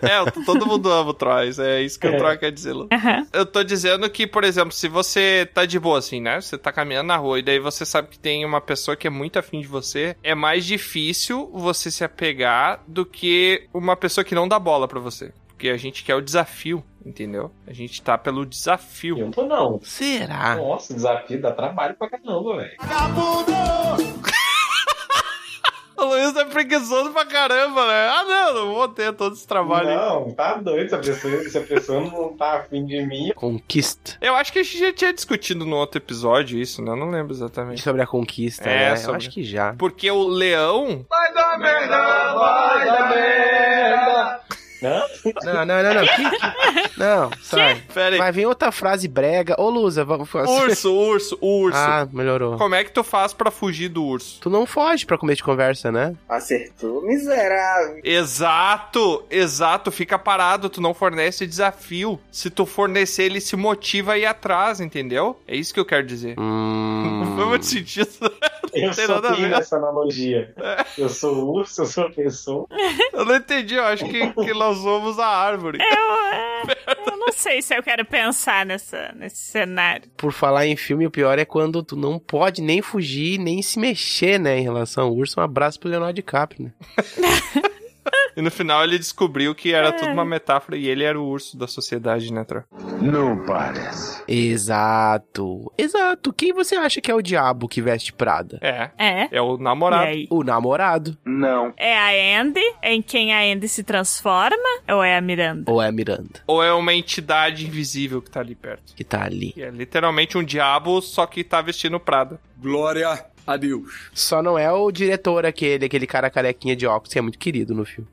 Speaker 5: é, todo mundo ama o Troy, é isso que o Troy quer dizer. Lu.
Speaker 1: Aham.
Speaker 5: Eu tô dizendo que, por exemplo, se você tá de boa assim, né? Você tá caminhando na rua e daí você sabe que tem uma pessoa que é muito afim de você, é mais difícil você se apegar do que uma pessoa que não dá bola pra você. Porque a gente quer o desafio, entendeu? A gente tá pelo desafio. Eu
Speaker 6: tô não.
Speaker 2: Será?
Speaker 6: Nossa, o desafio dá trabalho pra caramba, velho.
Speaker 5: O Luiz é preguiçoso pra caramba, né? Ah, não, não vou ter todo esse trabalho. aí.
Speaker 6: Não, tá doido. Se a pessoa, se a pessoa não tá afim de mim,
Speaker 2: Conquista.
Speaker 5: Eu acho que a gente já tinha discutido no outro episódio isso, né? Eu não lembro exatamente.
Speaker 2: Sobre a conquista,
Speaker 5: É,
Speaker 2: né? Eu
Speaker 5: sobre-
Speaker 2: acho que já.
Speaker 5: Porque o leão.
Speaker 3: Vai dar merda, vai dar merda.
Speaker 2: Não, não, não, não. Que- que- Não, sai.
Speaker 5: Pera aí.
Speaker 2: Vai vir outra frase brega. Ô, Lusa, vamos fazer.
Speaker 5: Urso, urso, urso.
Speaker 2: Ah, melhorou.
Speaker 5: Como é que tu faz pra fugir do urso?
Speaker 2: Tu não foge pra comer de conversa, né?
Speaker 3: Acertou, miserável.
Speaker 5: Exato, exato, fica parado, tu não fornece desafio. Se tu fornecer, ele se motiva a ir atrás, entendeu? É isso que eu quero dizer.
Speaker 2: Hum.
Speaker 5: Não foi muito sentido.
Speaker 6: eu
Speaker 5: não tem
Speaker 6: sou
Speaker 5: nada a
Speaker 6: ruim
Speaker 5: ver. É.
Speaker 6: nessa analogia. Eu sou urso, eu sou pessoa.
Speaker 5: Eu não entendi, eu acho que, que nós somos a árvore.
Speaker 1: Eu não sei se eu quero pensar nessa, nesse cenário.
Speaker 2: Por falar em filme, o pior é quando tu não pode nem fugir, nem se mexer, né? Em relação ao urso, um abraço pro Leonardo DiCaprio, né?
Speaker 5: E no final ele descobriu que
Speaker 1: É.
Speaker 5: era tudo uma metáfora e ele era o urso da sociedade, né, Tra?
Speaker 3: Não parece.
Speaker 2: Exato. Exato. Quem você acha que é o diabo que veste Prada?
Speaker 5: É.
Speaker 1: É.
Speaker 5: É o namorado.
Speaker 1: E aí?
Speaker 2: O namorado.
Speaker 3: Não.
Speaker 1: É a Andy, em quem a Andy se transforma, ou é a Miranda?
Speaker 2: Ou é a Miranda,
Speaker 5: Ou é uma entidade invisível que tá ali perto.
Speaker 2: que tá ali.
Speaker 5: E é literalmente um diabo, só que tá vestindo Prada.
Speaker 3: Glória a Deus.
Speaker 2: Só não é o diretor aquele, aquele cara carequinha de óculos que é muito querido no filme.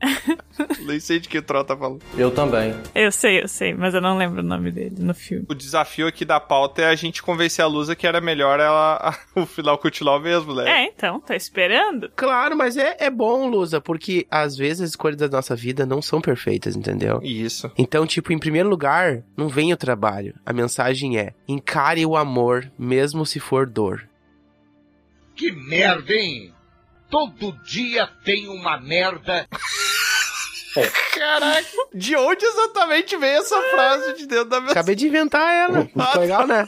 Speaker 5: Não sei de que o Tro tá falando.
Speaker 3: Eu também.
Speaker 1: Eu sei, eu sei, mas eu não lembro o nome dele no filme.
Speaker 5: O desafio aqui da pauta é a gente convencer a Lusa que era melhor ela o final continuar o mesmo,
Speaker 1: É,
Speaker 5: né?
Speaker 1: então, tô esperando.
Speaker 2: Claro, mas é, é bom, Lusa, porque às vezes as escolhas da nossa vida não são perfeitas, entendeu?
Speaker 5: Isso.
Speaker 2: Então, tipo, em primeiro lugar, não vem o trabalho. A mensagem é: encare o amor, mesmo se for dor.
Speaker 12: Que merda, hein? Todo dia tem uma merda.
Speaker 5: Caraca, de onde exatamente veio essa
Speaker 1: Ah.
Speaker 5: frase de dentro da minha...
Speaker 2: Acabei de inventar ela. Tá legal, né?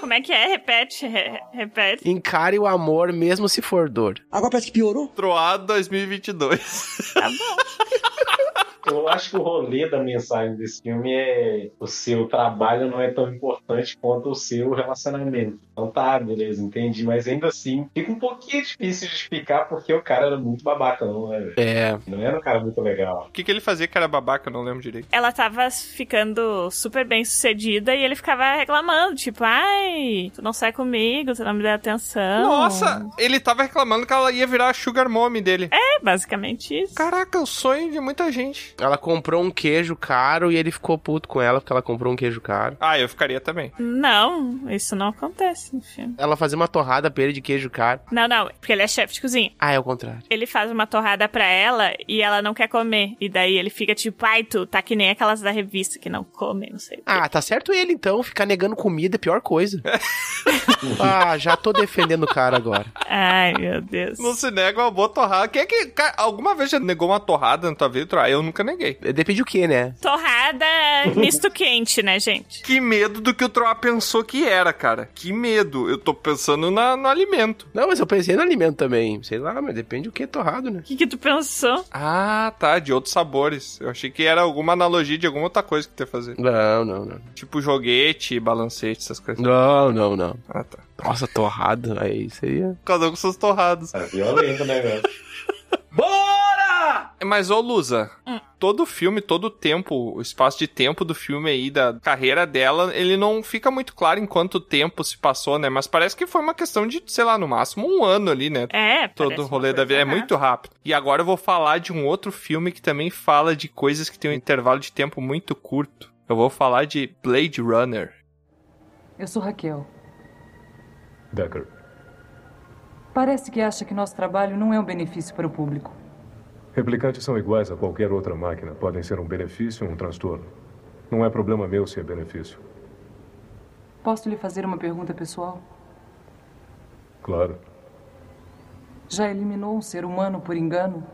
Speaker 1: Como é que é? Repete, re- repete.
Speaker 2: Encare o amor, mesmo se for dor.
Speaker 13: Agora parece que piorou.
Speaker 5: Troado 2022.
Speaker 6: Eu acho que o rolê da mensagem desse filme é o seu trabalho não é tão importante quanto o seu relacionamento. Então tá, beleza, entendi. Mas ainda assim, fica um pouquinho difícil de explicar porque o cara era muito babaca, não é?
Speaker 2: É.
Speaker 6: Não era um cara muito legal.
Speaker 5: O que, que ele fazia que era babaca? Eu não lembro direito.
Speaker 1: Ela tava ficando super bem sucedida e ele ficava reclamando, tipo, ai, tu não sai comigo, tu não me dá atenção.
Speaker 5: Nossa, ele tava reclamando que ela ia virar a sugar mommy dele.
Speaker 1: É, basicamente isso.
Speaker 5: Caraca, o sonho de muita gente.
Speaker 2: Ela comprou um queijo caro e ele ficou puto com ela porque ela comprou um queijo caro.
Speaker 5: Ah, eu ficaria também.
Speaker 1: Não, isso não acontece no filme.
Speaker 2: Ela fazia uma torrada pra ele de queijo caro.
Speaker 1: Não, não, porque ele é chefe de cozinha.
Speaker 2: Ah, é o contrário.
Speaker 1: Ele faz uma torrada pra ela e ela não quer comer. E daí ele fica tipo, ai, tu tá que nem aquelas da revista que não comem, não sei o quê.
Speaker 2: Ah, tá certo ele então. Ficar negando comida é a pior coisa. ah, já tô defendendo o cara agora.
Speaker 1: Ai, meu Deus.
Speaker 5: Não se nega uma boa torrada. Quem é que. cara, alguma vez já negou uma torrada na tua vida? Troá? Eu nunca neguei.
Speaker 2: Depende o que, né?
Speaker 1: Torrada Nada misto quente, né, gente?
Speaker 5: Que medo do que o Troá pensou que era, cara. Que medo. Eu tô pensando na, no alimento.
Speaker 2: Não, mas eu pensei no alimento também. Sei lá, mas depende do que é torrado, né?
Speaker 1: O que, que tu pensou?
Speaker 5: Ah, tá. De outros sabores. Eu achei que era alguma analogia de alguma outra coisa que tu ia fazer.
Speaker 2: Não, não, não.
Speaker 5: Tipo joguete, balancete, essas coisas.
Speaker 2: Não, não, não.
Speaker 5: Ah, tá.
Speaker 2: Nossa, torrado. Aí seria.
Speaker 5: Cada um com seus torrados.
Speaker 6: É violento, né, velho?
Speaker 5: Bora! Mas, ô Lusa,
Speaker 1: Hum.
Speaker 5: todo filme, todo tempo, o espaço de tempo do filme aí, da carreira dela, ele não fica muito claro em quanto tempo se passou, né? Mas parece que foi uma questão de, sei lá, no máximo um ano ali, né?
Speaker 1: É,
Speaker 5: Todo o rolê da
Speaker 1: assim,
Speaker 5: vida é muito rápido. E agora eu vou falar de um outro filme que também fala de coisas que tem um intervalo de tempo muito curto. Eu vou falar de Blade Runner.
Speaker 13: Eu sou Raquel.
Speaker 14: Decker.
Speaker 13: Parece que acha que nosso trabalho não é um benefício para o público.
Speaker 14: Replicantes são iguais a qualquer outra máquina. Podem ser um benefício ou um transtorno. Não é problema meu se é benefício.
Speaker 13: Posso lhe fazer uma pergunta pessoal?
Speaker 14: Claro.
Speaker 13: Já eliminou um ser humano por engano?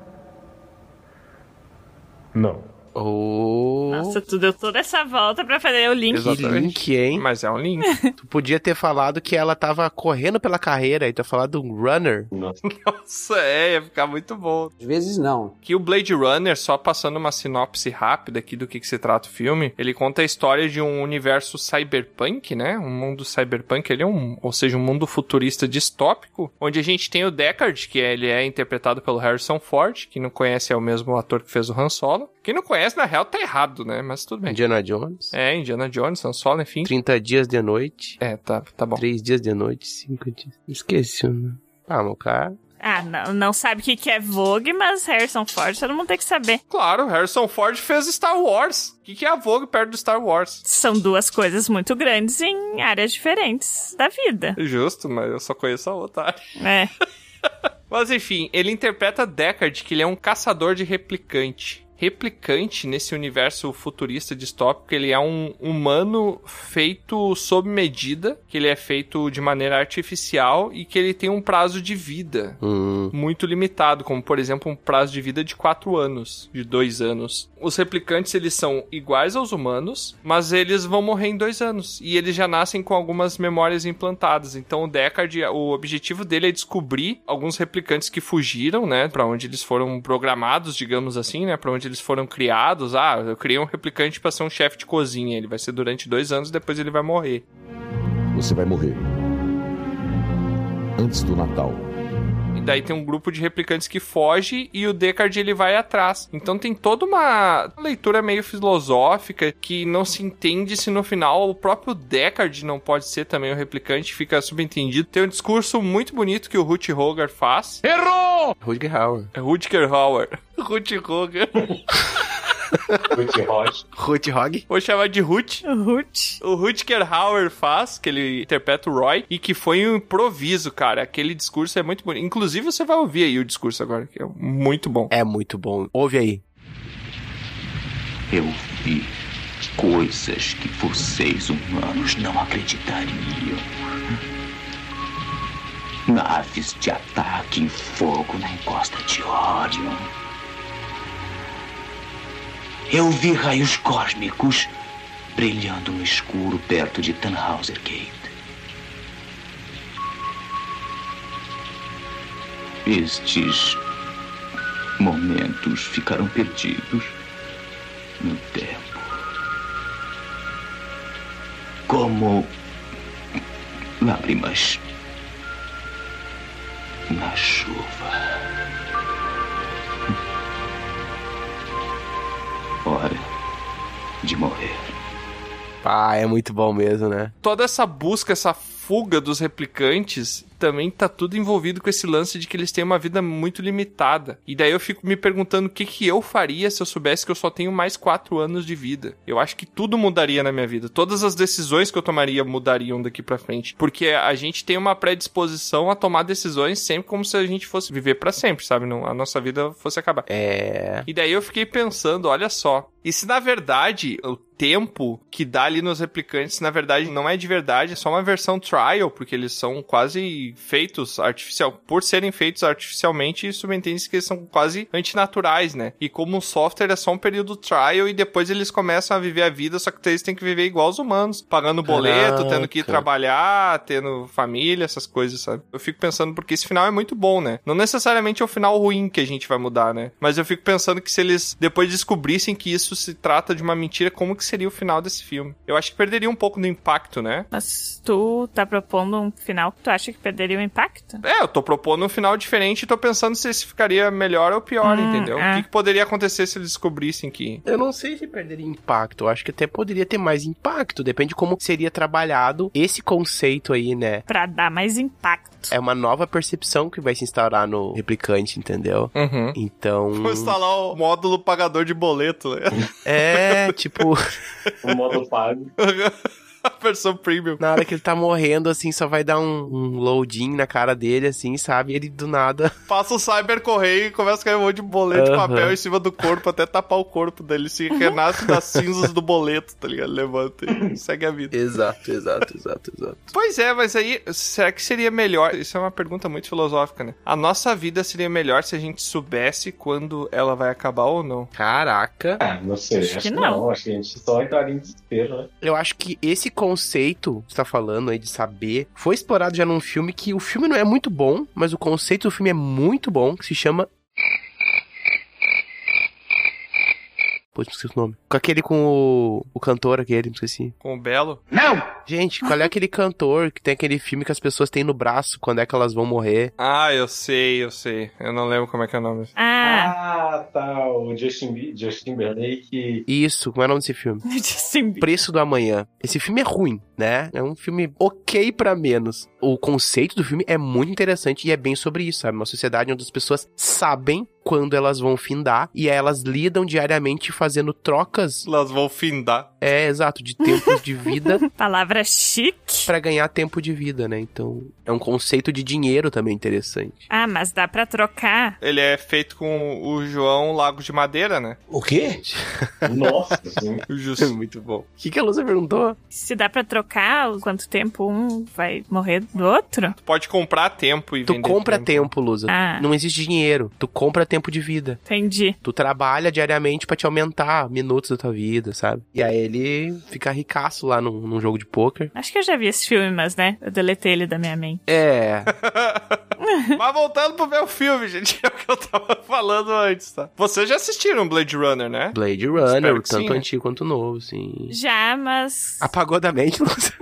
Speaker 14: Não.
Speaker 2: Oh.
Speaker 1: Nossa, tu deu toda essa volta pra fazer o link.
Speaker 2: Que link, hein?
Speaker 5: Mas é um link.
Speaker 2: tu podia ter falado que ela tava correndo pela carreira e tu falado um runner.
Speaker 5: Nossa, é, ia ficar muito bom.
Speaker 15: Às vezes não.
Speaker 5: Que o Blade Runner, só passando uma sinopse rápida aqui do que, que se trata o filme, ele conta a história de um universo cyberpunk, né? Um mundo cyberpunk, ele é um, ou seja, um mundo futurista distópico, onde a gente tem o Deckard, que ele é interpretado pelo Harrison Ford, que não conhece é o mesmo ator que fez o Han Solo. Quem não conhece, na real, tá errado, né? Mas tudo bem.
Speaker 2: Indiana Jones.
Speaker 5: É, Indiana Jones, Han Solo, enfim.
Speaker 2: 30 dias de noite.
Speaker 5: É, tá, tá bom.
Speaker 2: 3 dias de noite, 5 dias. Esqueci o nome. Ah, meu cara.
Speaker 1: Ah, não, não sabe o que, que é Vogue, mas Harrison Ford todo mundo tem que saber.
Speaker 5: Claro, Harrison Ford fez Star Wars. O que, que é a Vogue perto do Star Wars?
Speaker 1: São duas coisas muito grandes em áreas diferentes da vida.
Speaker 5: Justo, mas eu só conheço a outra.
Speaker 1: É.
Speaker 5: Mas enfim, ele interpreta Deckard, que ele é um caçador de replicante. Replicante, nesse universo futurista distópico, ele é um humano feito sob medida, que ele é feito de maneira artificial e que ele tem um prazo de vida muito limitado, como por exemplo um prazo de vida de 4 anos, de 2 anos. Os replicantes eles são iguais aos humanos, mas eles vão morrer em 2 anos e eles já nascem com algumas memórias implantadas. Então o Deckard, o objetivo dele é descobrir alguns replicantes que fugiram, né, Pra onde eles foram programados, digamos assim, né, Pra onde eles foram criados. Ah, eu criei um replicante pra ser um chefe de cozinha, ele vai ser durante 2 anos, depois ele vai morrer.
Speaker 16: Você vai morrer. Antes do Natal.
Speaker 5: E daí tem um grupo de replicantes que foge e o Deckard ele vai atrás. Então tem toda uma leitura meio filosófica que não se entende se no final o próprio Deckard não pode ser também o replicante, fica subentendido. Tem um discurso muito bonito que o Ruth Hogar faz. Errou!
Speaker 2: Rutger Hauer.
Speaker 5: É Rutger Hauer. É. Ruth Hogar.
Speaker 6: Ruth Rocha.
Speaker 2: Ruth Hog.
Speaker 5: Vou chamar de Ruth.
Speaker 1: Ruth.
Speaker 5: O Rutger Hauer faz, que ele interpreta o Roy, e que foi um improviso, cara. Aquele discurso é muito bonito. Inclusive, você vai ouvir aí o discurso agora, que é muito bom.
Speaker 2: É muito bom. Ouve aí.
Speaker 17: Eu vi coisas que vocês humanos não acreditariam. Naves de ataque em fogo na encosta de Orion. Eu vi raios cósmicos brilhando no escuro perto de Tannhauser Gate. Estes momentos ficaram perdidos no um tempo. Como lágrimas na chuva. Hora de morrer.
Speaker 2: Ah, é muito bom mesmo, né?
Speaker 5: toda essa busca, essa fuga dos replicantes também tá tudo envolvido com esse lance de que eles têm uma vida muito limitada. E daí eu fico me perguntando o que, que eu faria se eu soubesse que eu só tenho mais quatro anos de vida. Eu acho que tudo mudaria na minha vida. Todas as decisões que eu tomaria mudariam daqui pra frente. Porque a gente tem uma predisposição a tomar decisões sempre como se a gente fosse viver pra sempre, sabe? Não, a nossa vida fosse acabar.
Speaker 2: É.
Speaker 5: E daí eu fiquei pensando, olha só. E se na verdade o tempo que dá ali nos replicantes, na verdade não é de verdade, é só uma versão trial, porque eles são quase e feitos artificial, por serem feitos artificialmente, subentende-se que eles são quase antinaturais, né? E como um software é só um período trial e depois eles começam a viver a vida, só que eles têm que viver igual os humanos, pagando boleto, tendo que ir
Speaker 15: Caraca.
Speaker 5: trabalhar trabalhar, tendo família, essas coisas, sabe? Eu fico pensando porque esse final é muito bom, né? Não necessariamente é o final ruim que a gente vai mudar, né? Mas eu fico pensando que se eles depois descobrissem que isso se trata de uma mentira, como que seria o final desse filme? Eu acho que perderia um pouco do impacto, né?
Speaker 1: Mas tu tá propondo um final que tu acha que perderia o impacto?
Speaker 5: É, eu tô propondo um final diferente e tô pensando se esse ficaria melhor ou pior,
Speaker 1: Hum,
Speaker 5: entendeu?
Speaker 1: é.
Speaker 5: O que, que poderia acontecer se eles descobrissem que.
Speaker 2: Eu não sei se perderia impacto. Eu acho que até poderia ter mais impacto. Depende de como seria trabalhado esse conceito aí, né?
Speaker 1: Pra dar mais impacto.
Speaker 2: É uma nova percepção que vai se instaurar no replicante, entendeu?
Speaker 5: Uhum.
Speaker 2: Então.
Speaker 5: Vou instalar o módulo pagador de boleto, né?
Speaker 2: É, tipo.
Speaker 6: O modo pago.
Speaker 5: A versão premium.
Speaker 2: Na hora que ele tá morrendo, assim, só vai dar um, um loading na cara dele, assim, sabe? Ele do nada.
Speaker 5: Passa o cyber correio e começa a cair um monte de boleto de
Speaker 2: Aham.
Speaker 5: papel em cima do corpo até tapar o corpo dele. Se renasce das cinzas do boleto, tá ligado? Levanta e segue a vida.
Speaker 2: Exato, exato, exato, exato.
Speaker 5: Pois é, mas aí, será que seria melhor? Isso é uma pergunta muito filosófica, né? A nossa vida seria melhor se a gente soubesse quando ela vai acabar ou não?
Speaker 2: Caraca.
Speaker 6: Ah, não sei. Acho, que não. Acho que a gente só entraria em desespero, né?
Speaker 2: Eu acho que esse conceito que você tá falando aí de saber foi explorado já num filme que o filme não é muito bom, mas o conceito do filme é muito bom, que se chama. Putz, esqueci o nome. Com aquele com o, o cantor aquele, esqueci.
Speaker 5: Com o Belo?
Speaker 2: Não! Gente, qual é aquele cantor que tem aquele filme que as pessoas têm no braço quando é que elas vão morrer?
Speaker 5: Ah, eu sei, eu sei. Eu não lembro como é que é o nome.
Speaker 6: Ah, tá. O Justin, Bi- Justin Timberlake.
Speaker 2: Isso, como é o nome desse filme? Preço do Amanhã. Esse filme é ruim, né? É um filme ok pra menos. O conceito do filme é muito interessante e é bem sobre isso, sabe? Uma sociedade onde as pessoas sabem quando elas vão findar e elas lidam diariamente fazendo trocas.
Speaker 5: Elas vão findar.
Speaker 2: É, exato, de tempos de vida.
Speaker 1: Palavra chique.
Speaker 2: Pra ganhar tempo de vida, né? Então, é um conceito de dinheiro também interessante.
Speaker 1: Ah, mas dá pra trocar.
Speaker 5: Ele é feito com o João Lago de Madeira, né?
Speaker 2: O quê?
Speaker 6: Nossa, assim,
Speaker 5: Justo.
Speaker 2: Muito bom. O que, que a Lusa perguntou?
Speaker 1: Se dá pra trocar, o quanto tempo um vai morrer do outro?
Speaker 5: Pode comprar tempo e
Speaker 2: Tu
Speaker 5: vender.
Speaker 2: compra tempo, Lusa.
Speaker 1: Ah.
Speaker 2: Não existe dinheiro. Tu compra tempo de vida.
Speaker 1: Entendi.
Speaker 2: Tu trabalha diariamente pra te aumentar minutos da tua vida, sabe? E aí ele fica ricaço lá num, num jogo de pôquer.
Speaker 1: Acho que eu já vi esse filme, mas né? Eu deletei ele da minha mente.
Speaker 2: É.
Speaker 5: Mas voltando pro meu filme, gente, é o que eu tava falando antes, tá? Vocês já assistiram Blade Runner, né?
Speaker 2: Blade Runner,
Speaker 5: Espero que
Speaker 2: tanto
Speaker 5: sim, né?
Speaker 2: antigo quanto novo, sim.
Speaker 1: Já, mas
Speaker 2: Apagou da mente, Lúcia.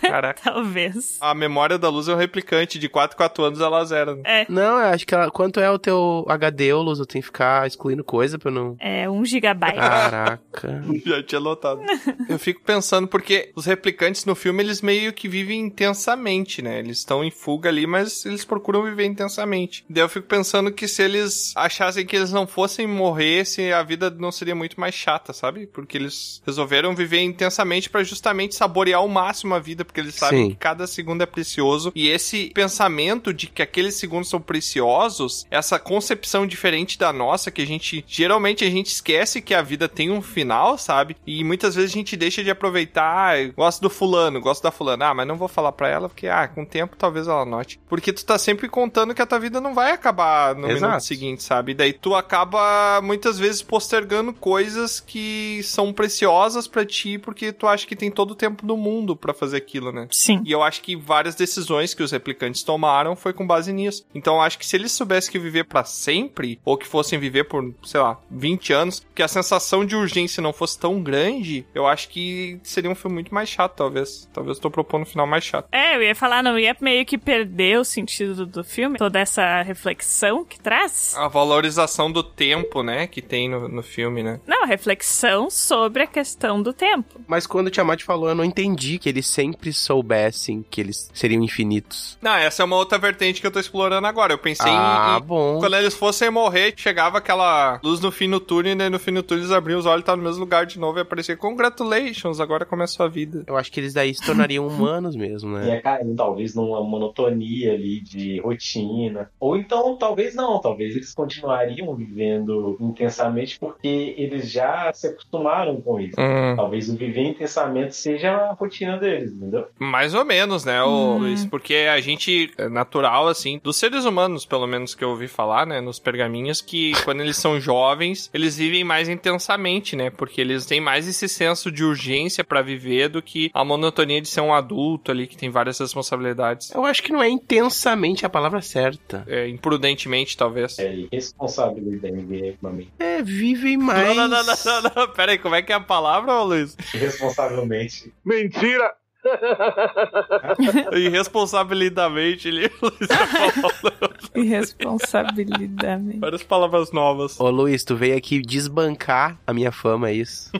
Speaker 5: Caraca.
Speaker 1: Talvez.
Speaker 5: A memória da luz é um replicante, de 4 4 anos ela zera. né?
Speaker 2: Não, eu acho que ela, quanto é o teu HD, ô, Luz? Eu tenho que ficar excluindo coisa pra eu não.
Speaker 1: é um gigabyte.
Speaker 2: Ah. Caraca.
Speaker 5: Já tinha lotado. Eu fico pensando, porque os replicantes no filme, eles meio que vivem intensamente, né? Eles estão em fuga ali, mas eles procuram viver intensamente. Daí eu fico pensando que se eles achassem que eles não fossem morrer, se a vida não seria muito mais chata, sabe? Porque eles resolveram viver intensamente pra justamente saborear ao máximo a vida, porque eles sabem
Speaker 2: Sim.
Speaker 5: que cada segundo é precioso. E esse pensamento de que aqueles segundos são preciosos, essa concepção diferente da nossa, que a gente geralmente a gente esquece que a vida tem um final, sabe? E muitas vezes a gente deixa de aproveitar. Ah, eu gosto do fulano, gosto da fulana. Ah, mas não vou falar pra ela, porque ah, com o tempo talvez ela note. Porque tu tá sempre contando que a tua vida não vai acabar no
Speaker 2: Exato.
Speaker 5: minuto seguinte, sabe? E daí tu acaba muitas vezes postergando coisas que são preciosas pra ti, porque tu acha que tem todo o tempo do mundo pra fazer aquilo, né?
Speaker 1: Sim.
Speaker 5: E eu acho que várias decisões que os replicantes tomaram foi com base nisso. Então eu acho que se eles soubessem que viver pra sempre, ou que fossem viver por, sei lá, 20 anos, que a sensação de urgência não fosse tão grande, eu acho que seria um filme muito mais chato, talvez. Talvez eu tô propondo um final mais chato.
Speaker 1: É, eu ia falar, não ia meio que perder o sentido do, do filme, toda essa reflexão que traz.
Speaker 5: A valorização do tempo, né, que tem no, no filme, né?
Speaker 1: Não, reflexão sobre a questão do tempo.
Speaker 2: Mas quando o Tiamat falou, eu não entendi que eles sempre soubessem que eles seriam infinitos.
Speaker 5: Não, essa é uma outra vertente que eu tô explorando agora. Eu pensei em-
Speaker 2: Ah,
Speaker 5: em.
Speaker 2: bom.
Speaker 5: Quando eles fossem morrer, chegava aquela luz no fim do túnel, e daí no fim do túnel eles abriam os olhos e tava no mesmo lugar de novo e aparecia Congratulations, agora começou a vida.
Speaker 2: Eu acho que eles daí se tornariam humanos mesmo,
Speaker 5: É.
Speaker 2: né?
Speaker 6: Ia caindo, é, talvez, numa monotonia ali de rotina. Ou então, talvez não, talvez eles continuariam vivendo intensamente porque eles já se acostumaram com isso.
Speaker 5: Hum.
Speaker 6: Talvez o viver intensamente seja a rotina deles, entendeu? humano?
Speaker 5: Mais ou menos, né, ô Luiz? Porque a gente é natural, assim, dos seres humanos, pelo menos que eu ouvi falar, né, nos pergaminhos, que quando eles são jovens, eles vivem mais intensamente, né? Porque eles têm mais esse senso de urgência pra viver do que a monotonia de ser um adulto ali que tem várias responsabilidades.
Speaker 2: Eu acho que não é intensamente a palavra certa.
Speaker 5: É, imprudentemente, talvez.
Speaker 6: É, irresponsabilidade, mami.
Speaker 2: É, vivem mais.
Speaker 5: Não, não, não, não, não, não. Pera aí, como é que é a palavra, ô Luiz?
Speaker 6: Irresponsavelmente.
Speaker 5: Mentira! Irresponsabilidamente, ele Luiz tá falando.
Speaker 1: Irresponsabilidade.
Speaker 5: Várias palavras novas.
Speaker 2: Ô Luiz, tu veio aqui desbancar a minha fama, é isso?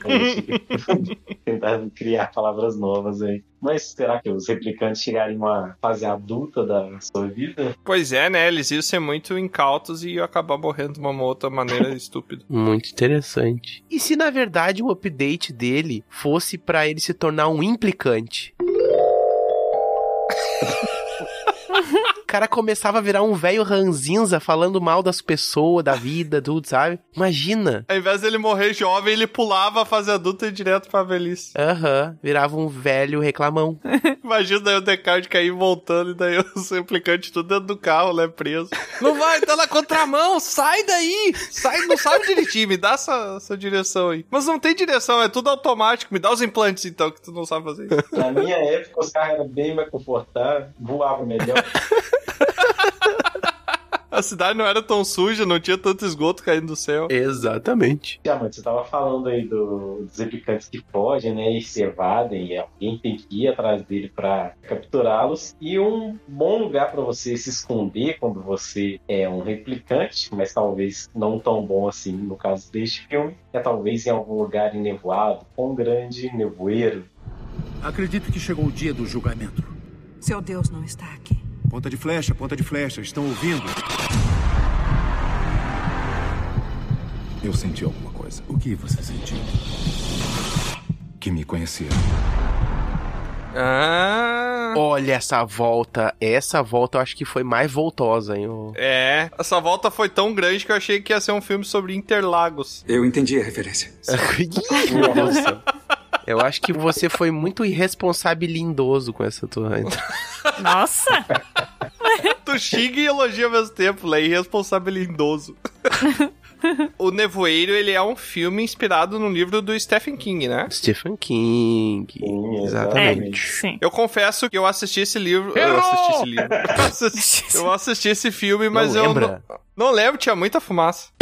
Speaker 6: Tentar criar palavras novas aí. Mas será que os replicantes chegarem a uma fase adulta da sua vida?
Speaker 5: Pois é, né? Eles iam ser muito incautos e iam acabar morrendo de uma outra maneira estúpida.
Speaker 2: Muito interessante. E se na verdade o update dele fosse pra ele se tornar um implicante? O cara começava a virar um velho ranzinza falando mal das pessoas, da vida, tudo, sabe? Imagina.
Speaker 5: Ao invés dele morrer jovem, ele pulava a fase adulta e direto pra velhice.
Speaker 2: Aham, virava um velho reclamão.
Speaker 5: Imagina daí o Descartes cair voltando e daí os replicantes tudo dentro do carro, né? Preso. Não vai, tá na contramão, sai daí! Sai, não sabe dirigir, me dá essa, essa direção aí. Mas não tem direção, é tudo automático. Me dá os implantes então, que tu não sabe fazer isso.
Speaker 6: Na minha época, os carros eram bem mais confortáveis, voavam melhor.
Speaker 5: A cidade não era tão suja, não tinha tanto esgoto caindo do céu.
Speaker 2: Exatamente.
Speaker 6: Já, mas você tava falando aí do- dos replicantes que fogem, né? E se evadem, e alguém tem que ir atrás dele pra capturá-los. E um bom lugar pra você se esconder quando você é um replicante, mas talvez não tão bom assim no caso deste filme, é talvez em algum lugar enevoado, com um grande nevoeiro.
Speaker 10: Acredito que chegou o dia do julgamento.
Speaker 11: Seu Deus não está aqui.
Speaker 10: Ponta de flecha, ponta de flecha, estão ouvindo? Eu senti alguma coisa. O que você sentiu? Que me conhecia.
Speaker 5: Ah,
Speaker 2: Olha essa volta. Essa volta eu acho que foi mais voltosa, hein? ô.
Speaker 5: É, essa volta foi tão grande que eu achei que ia ser um filme sobre Interlagos.
Speaker 10: Eu entendi a referência.
Speaker 2: Nossa. Eu acho que você foi muito irresponsabilindoso com essa tua entrada.
Speaker 5: Nossa! tu xinga e elogia ao mesmo tempo, né? Irresponsabilindoso. o Nevoeiro, ele é um filme inspirado no livro do Stephen King, né?
Speaker 2: Stephen King.
Speaker 1: é,
Speaker 2: Exatamente.
Speaker 5: sim. Eu confesso que eu assisti esse livro. Eu assisti esse livro. Eu assisti, eu assisti esse filme, mas eu
Speaker 2: lembra?
Speaker 5: não, não lembro, tinha muita fumaça.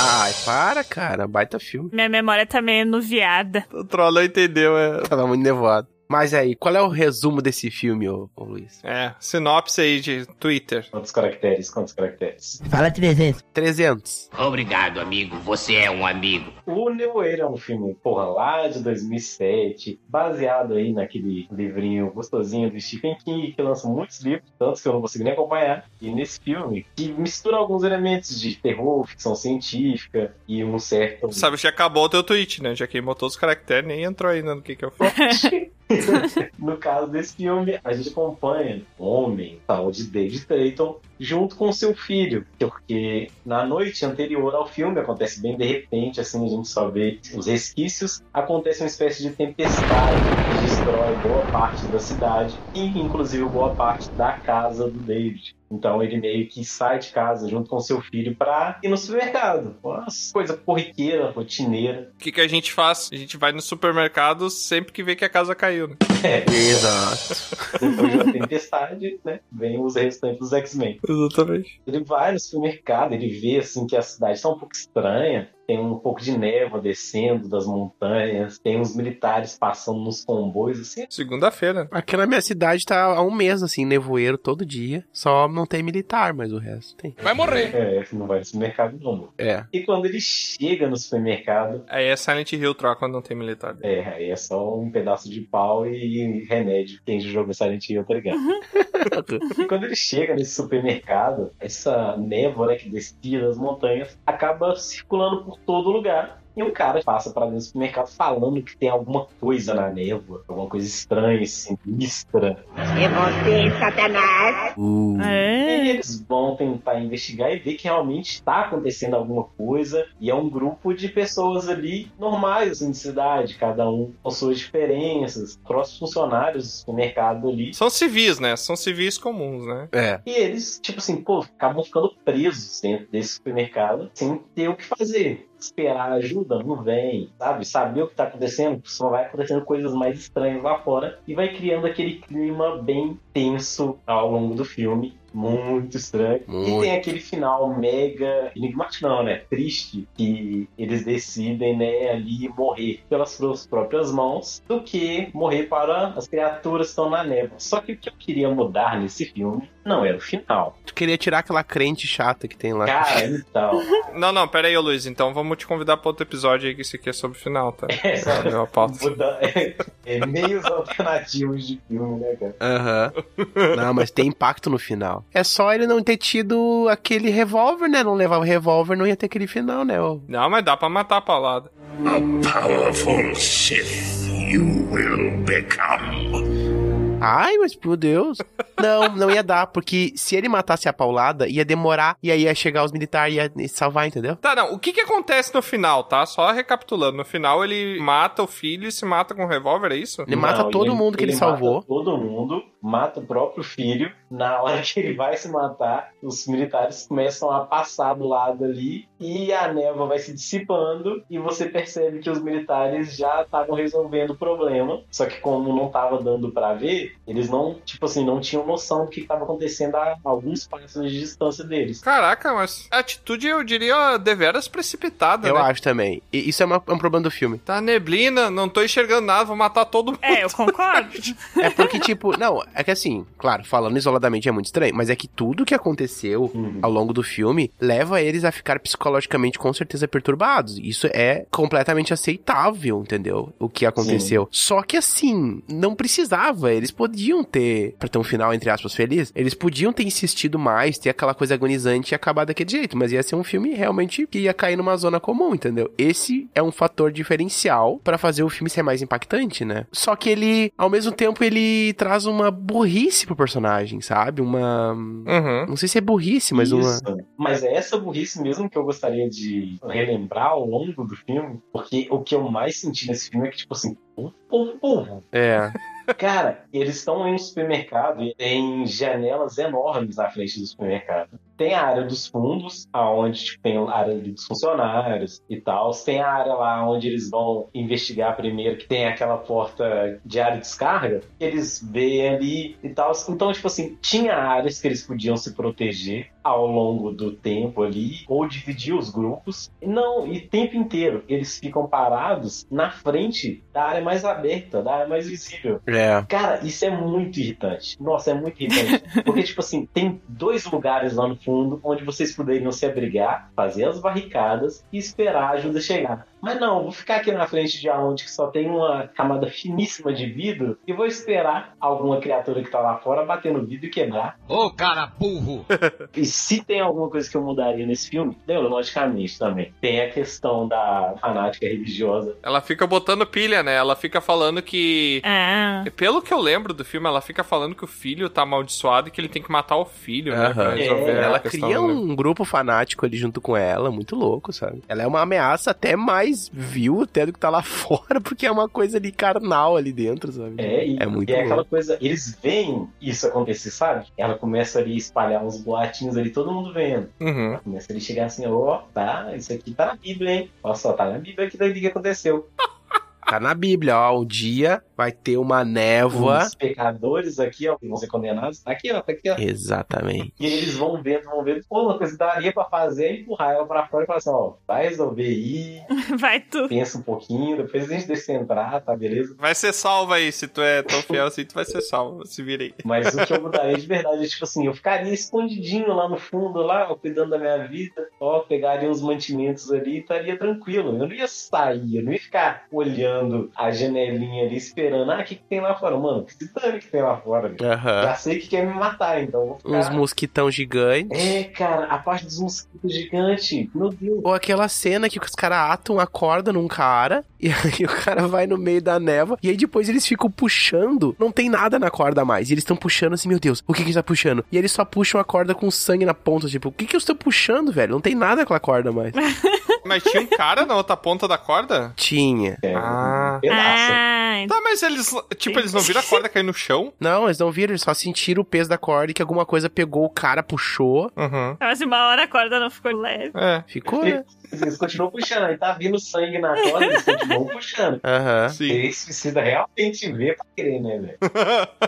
Speaker 2: Ai, para, cara. Baita filme.
Speaker 18: Minha memória tá meio nuviada.
Speaker 5: O Trollão entendeu, é.
Speaker 2: Tava muito nevoado. Mas aí, qual é o resumo desse filme, ô, ô Luiz?
Speaker 5: É, sinopse aí de Twitter.
Speaker 6: Quantos caracteres? Quantos caracteres?
Speaker 2: Fala 300. 300.
Speaker 3: Obrigado, amigo. Você é um amigo.
Speaker 6: O Nevoeiro é um filme, porra, lá de 2007, baseado aí naquele livrinho gostosinho do Stephen King, que lança muitos livros, tantos que eu não consigo nem acompanhar. E nesse filme, que mistura alguns elementos de terror, ficção científica e um certo...
Speaker 5: Sabe, já acabou o teu tweet, né? Já queimou todos os caracteres, nem entrou ainda no que que eu fiz.
Speaker 6: No caso desse filme, a gente acompanha um homem, tal de David Clayton, junto com seu filho, porque na noite anterior ao filme, acontece bem de repente, assim, a gente só vê os resquícios, acontece uma espécie de tempestade que destrói boa parte da cidade, e inclusive boa parte da casa do David. Então ele meio que sai de casa junto com seu filho pra ir no supermercado. Uma coisa corriqueira, rotineira.
Speaker 5: O que, que a gente faz? A gente vai no supermercado sempre que vê que a casa caiu, né?
Speaker 2: Exato.
Speaker 6: Depois da tempestade, né? Vem os restantes dos X-Men.
Speaker 5: Exatamente.
Speaker 6: Ele vai no supermercado, ele vê assim que a cidade está um pouco estranha. Tem um pouco de névoa descendo das montanhas, tem uns militares passando nos comboios, assim.
Speaker 5: Segunda-feira.
Speaker 2: Aqui na minha cidade tá há um mês, assim, nevoeiro todo dia. Só não tem militar, mas o resto tem.
Speaker 5: Vai morrer.
Speaker 6: É, não vai no supermercado não. amor.
Speaker 2: É.
Speaker 6: E quando ele chega no supermercado,
Speaker 5: Aí é Silent Hill troca quando não tem militar.
Speaker 6: é, aí é só um pedaço de pau e remédio. Quem já jogou Silent Hill, tá ligado? E quando ele chega nesse supermercado, essa névoa né, que descia das montanhas acaba circulando por todo lugar. E um cara passa pra dentro do supermercado falando que tem alguma coisa na névoa, alguma coisa estranha, sinistra.
Speaker 3: É você, Satanás!
Speaker 2: Uh. Hum.
Speaker 1: É.
Speaker 6: E é eles vão tentar investigar e ver que realmente está acontecendo alguma coisa. E é um grupo de pessoas ali normais, assim, de cidade, cada um com suas diferenças. Próprios funcionários do supermercado ali.
Speaker 5: São civis, né? São civis comuns, né?
Speaker 9: É.
Speaker 6: E eles, tipo assim, pô, acabam ficando presos dentro desse supermercado sem ter o que fazer. Esperar ajuda, não vem, sabe? Saber o que tá acontecendo, só vai acontecendo coisas mais estranhas lá fora e vai criando aquele clima bem tenso ao longo do filme. Muito estranho. E tem aquele final mega enigmático, não, né? Triste que eles decidem, né, ali morrer pelas suas próprias mãos do que morrer para as criaturas que estão na névoa. Só que o que eu queria mudar nesse filme não era o final.
Speaker 2: Tu queria tirar aquela crente chata que
Speaker 10: Tá.
Speaker 2: tem lá.
Speaker 6: Cara, então.
Speaker 5: Não, não, pera aí, ô Luiz. Então vamos te convidar pra outro episódio aí, que isso aqui é sobre o final, tá?
Speaker 6: É, só-
Speaker 5: Deu a pauta.
Speaker 6: Muda- é, é meios alternativos de filme, né, cara?
Speaker 2: Aham. Não, mas tem impacto no final. É só ele não ter tido aquele revólver, né? Não levar o revólver, não ia ter aquele final, né? ô?
Speaker 5: Não, mas dá pra matar a paulada.
Speaker 3: Powerful Sith you will become.
Speaker 2: Ai, mas meu Deus. Não, não ia dar, porque se ele matasse a paulada, ia demorar, e aí ia chegar os militares e ia salvar, entendeu?
Speaker 5: Tá, não. O que que acontece no final, tá? Só recapitulando. No final ele mata o filho e se mata com o revólver, é isso?
Speaker 2: Ele mata
Speaker 6: Não,
Speaker 2: todo mundo que ele
Speaker 6: mata
Speaker 2: salvou.
Speaker 6: todo mundo, mata o próprio filho. Na hora que ele vai se matar, os militares começam a passar do lado ali e a névoa vai se dissipando e você percebe que os militares já estavam resolvendo o problema. Só que como não tava dando pra ver, eles não, tipo assim, não tinham noção do que estava acontecendo a alguns passos de distância deles.
Speaker 5: Caraca, mas a atitude eu diria deveras precipitada,
Speaker 2: Eu
Speaker 5: né?
Speaker 2: acho também. E isso é, uma- é um problema do filme.
Speaker 5: Tá neblina, não tô enxergando nada, vou matar todo mundo.
Speaker 1: É, eu concordo.
Speaker 2: É porque, tipo, não, é que assim, claro, falando isoladamente é muito estranho, mas é que tudo que aconteceu ao longo do filme leva eles a ficar psicologicamente com certeza perturbados. Isso é completamente aceitável, entendeu? O que aconteceu. Só que assim, não precisava, eles podiam ter, pra ter um final entre aspas feliz, eles podiam ter insistido mais, ter aquela coisa agonizante e acabar daquele jeito, mas ia ser um filme realmente que ia cair numa zona comum, entendeu? Esse é um fator diferencial pra fazer o filme ser mais impactante, né? Só que ele, ao mesmo tempo, ele traz uma burrice pro personagem, sabe? Uma.
Speaker 5: Uhum.
Speaker 2: Não sei se é burrice, mas uma.
Speaker 6: Isso. Mas é essa burrice mesmo que eu gostaria de relembrar ao longo do filme, porque o que eu mais senti nesse filme é que, tipo assim, o povo burro.
Speaker 2: É.
Speaker 6: Cara, eles estão em um supermercado e tem janelas enormes na frente do supermercado. Tem a área dos fundos, aonde tipo, tem a área ali dos funcionários e tal. Tem a área lá onde eles vão investigar primeiro, que tem aquela porta de área de descarga. que Eles veem ali e tal. Então, tipo assim, tinha áreas que eles podiam se proteger ao longo do tempo ali, ou dividir os grupos. Não, e o tempo inteiro eles ficam parados na frente da área mais aberta, da área mais visível.
Speaker 2: É.
Speaker 6: Cara, isso é muito irritante. Nossa, é muito irritante. Porque, tipo assim, tem dois lugares lá no fundo onde vocês poderiam se abrigar, fazer as barricadas e esperar a ajuda chegar. Mas não, vou ficar aqui na frente de aonde que só tem uma camada finíssima de vidro e vou esperar alguma criatura que tá lá fora bater no vidro e quebrar.
Speaker 12: Ô cara burro!
Speaker 6: E se tem alguma coisa que eu mudaria nesse filme, eu, logicamente também. Tem a questão da fanática religiosa.
Speaker 5: Ela fica botando pilha, né? Ela fica falando que.
Speaker 1: É.
Speaker 5: Pelo que eu lembro do filme, ela fica falando que o filho tá amaldiçoado e que ele tem que matar o filho, né? Pra
Speaker 2: Aham.
Speaker 5: resolver a
Speaker 2: É, ela
Speaker 5: questão,
Speaker 2: cria
Speaker 5: né?
Speaker 2: um grupo fanático ali junto com ela, muito louco, sabe? Ela é uma ameaça até mais vil até do que tá lá fora, porque é uma coisa ali carnal ali dentro, sabe?
Speaker 6: É, e
Speaker 2: é muito
Speaker 6: e é
Speaker 2: louco.
Speaker 6: aquela coisa, eles veem isso acontecer, sabe? Ela começa ali a espalhar uns boatinhos ali, todo mundo vendo.
Speaker 5: Uhum.
Speaker 6: Começa ele a chegar assim, ó, tá, isso aqui tá na Bíblia, hein? Olha só, tá na Bíblia que daí que aconteceu.
Speaker 2: Tá na Bíblia, ó. Um dia vai ter uma névoa.
Speaker 6: Os pecadores aqui, ó, que vão ser condenados, tá aqui, ó, tá aqui, ó.
Speaker 2: Exatamente.
Speaker 6: E eles vão vendo, vão vendo. Pô, uma coisa que daria pra fazer é empurrar ela pra fora e falar assim, ó, vai resolver aí,
Speaker 1: Vai tu.
Speaker 6: pensa um pouquinho, depois a gente deixa você entrar, tá beleza?
Speaker 5: Vai ser salvo aí, se tu é tão fiel assim, tu vai ser salvo. Se vira aí.
Speaker 6: Mas o que eu mudaria de verdade é tipo assim, eu ficaria escondidinho lá no fundo, lá, ó, cuidando da minha vida, ó, pegaria uns mantimentos ali e estaria tranquilo. Eu não ia sair, eu não ia ficar olhando olhando a janelinha ali, esperando. Ah, o que, que tem lá fora? Mano, que se dane que tem lá fora. meu.
Speaker 2: Aham.
Speaker 6: Já sei que quer me matar, então vou ficar...
Speaker 2: Uns mosquitão gigantes.
Speaker 6: É, cara, a parte dos mosquitos gigantes. Meu Deus.
Speaker 2: Ou aquela cena que os caras atam a corda num cara e aí o cara vai no meio da neva e aí depois eles ficam puxando. Não tem nada na corda mais. E eles estão puxando assim, meu Deus, o que que está puxando? E eles só puxam a corda com sangue na ponta, tipo, o que que eu estou puxando, velho? Não tem nada com a corda mais.
Speaker 5: Mas tinha um cara na outra ponta da corda?
Speaker 2: Tinha.
Speaker 5: Ah.
Speaker 1: É, então,
Speaker 5: Tá, mas eles. Tipo, eles não viram a corda cair no chão?
Speaker 2: Não, eles não viram, eles só sentiram o peso da corda e que alguma coisa pegou o cara, puxou.
Speaker 5: Uhum.
Speaker 1: Mas uma hora a corda não ficou leve.
Speaker 5: É.
Speaker 2: Ficou, né?
Speaker 6: Eles continuam puxando, aí tá vindo sangue na corda, eles continuam puxando.
Speaker 2: Aham.
Speaker 6: Eles precisam realmente ver pra crer, né, velho?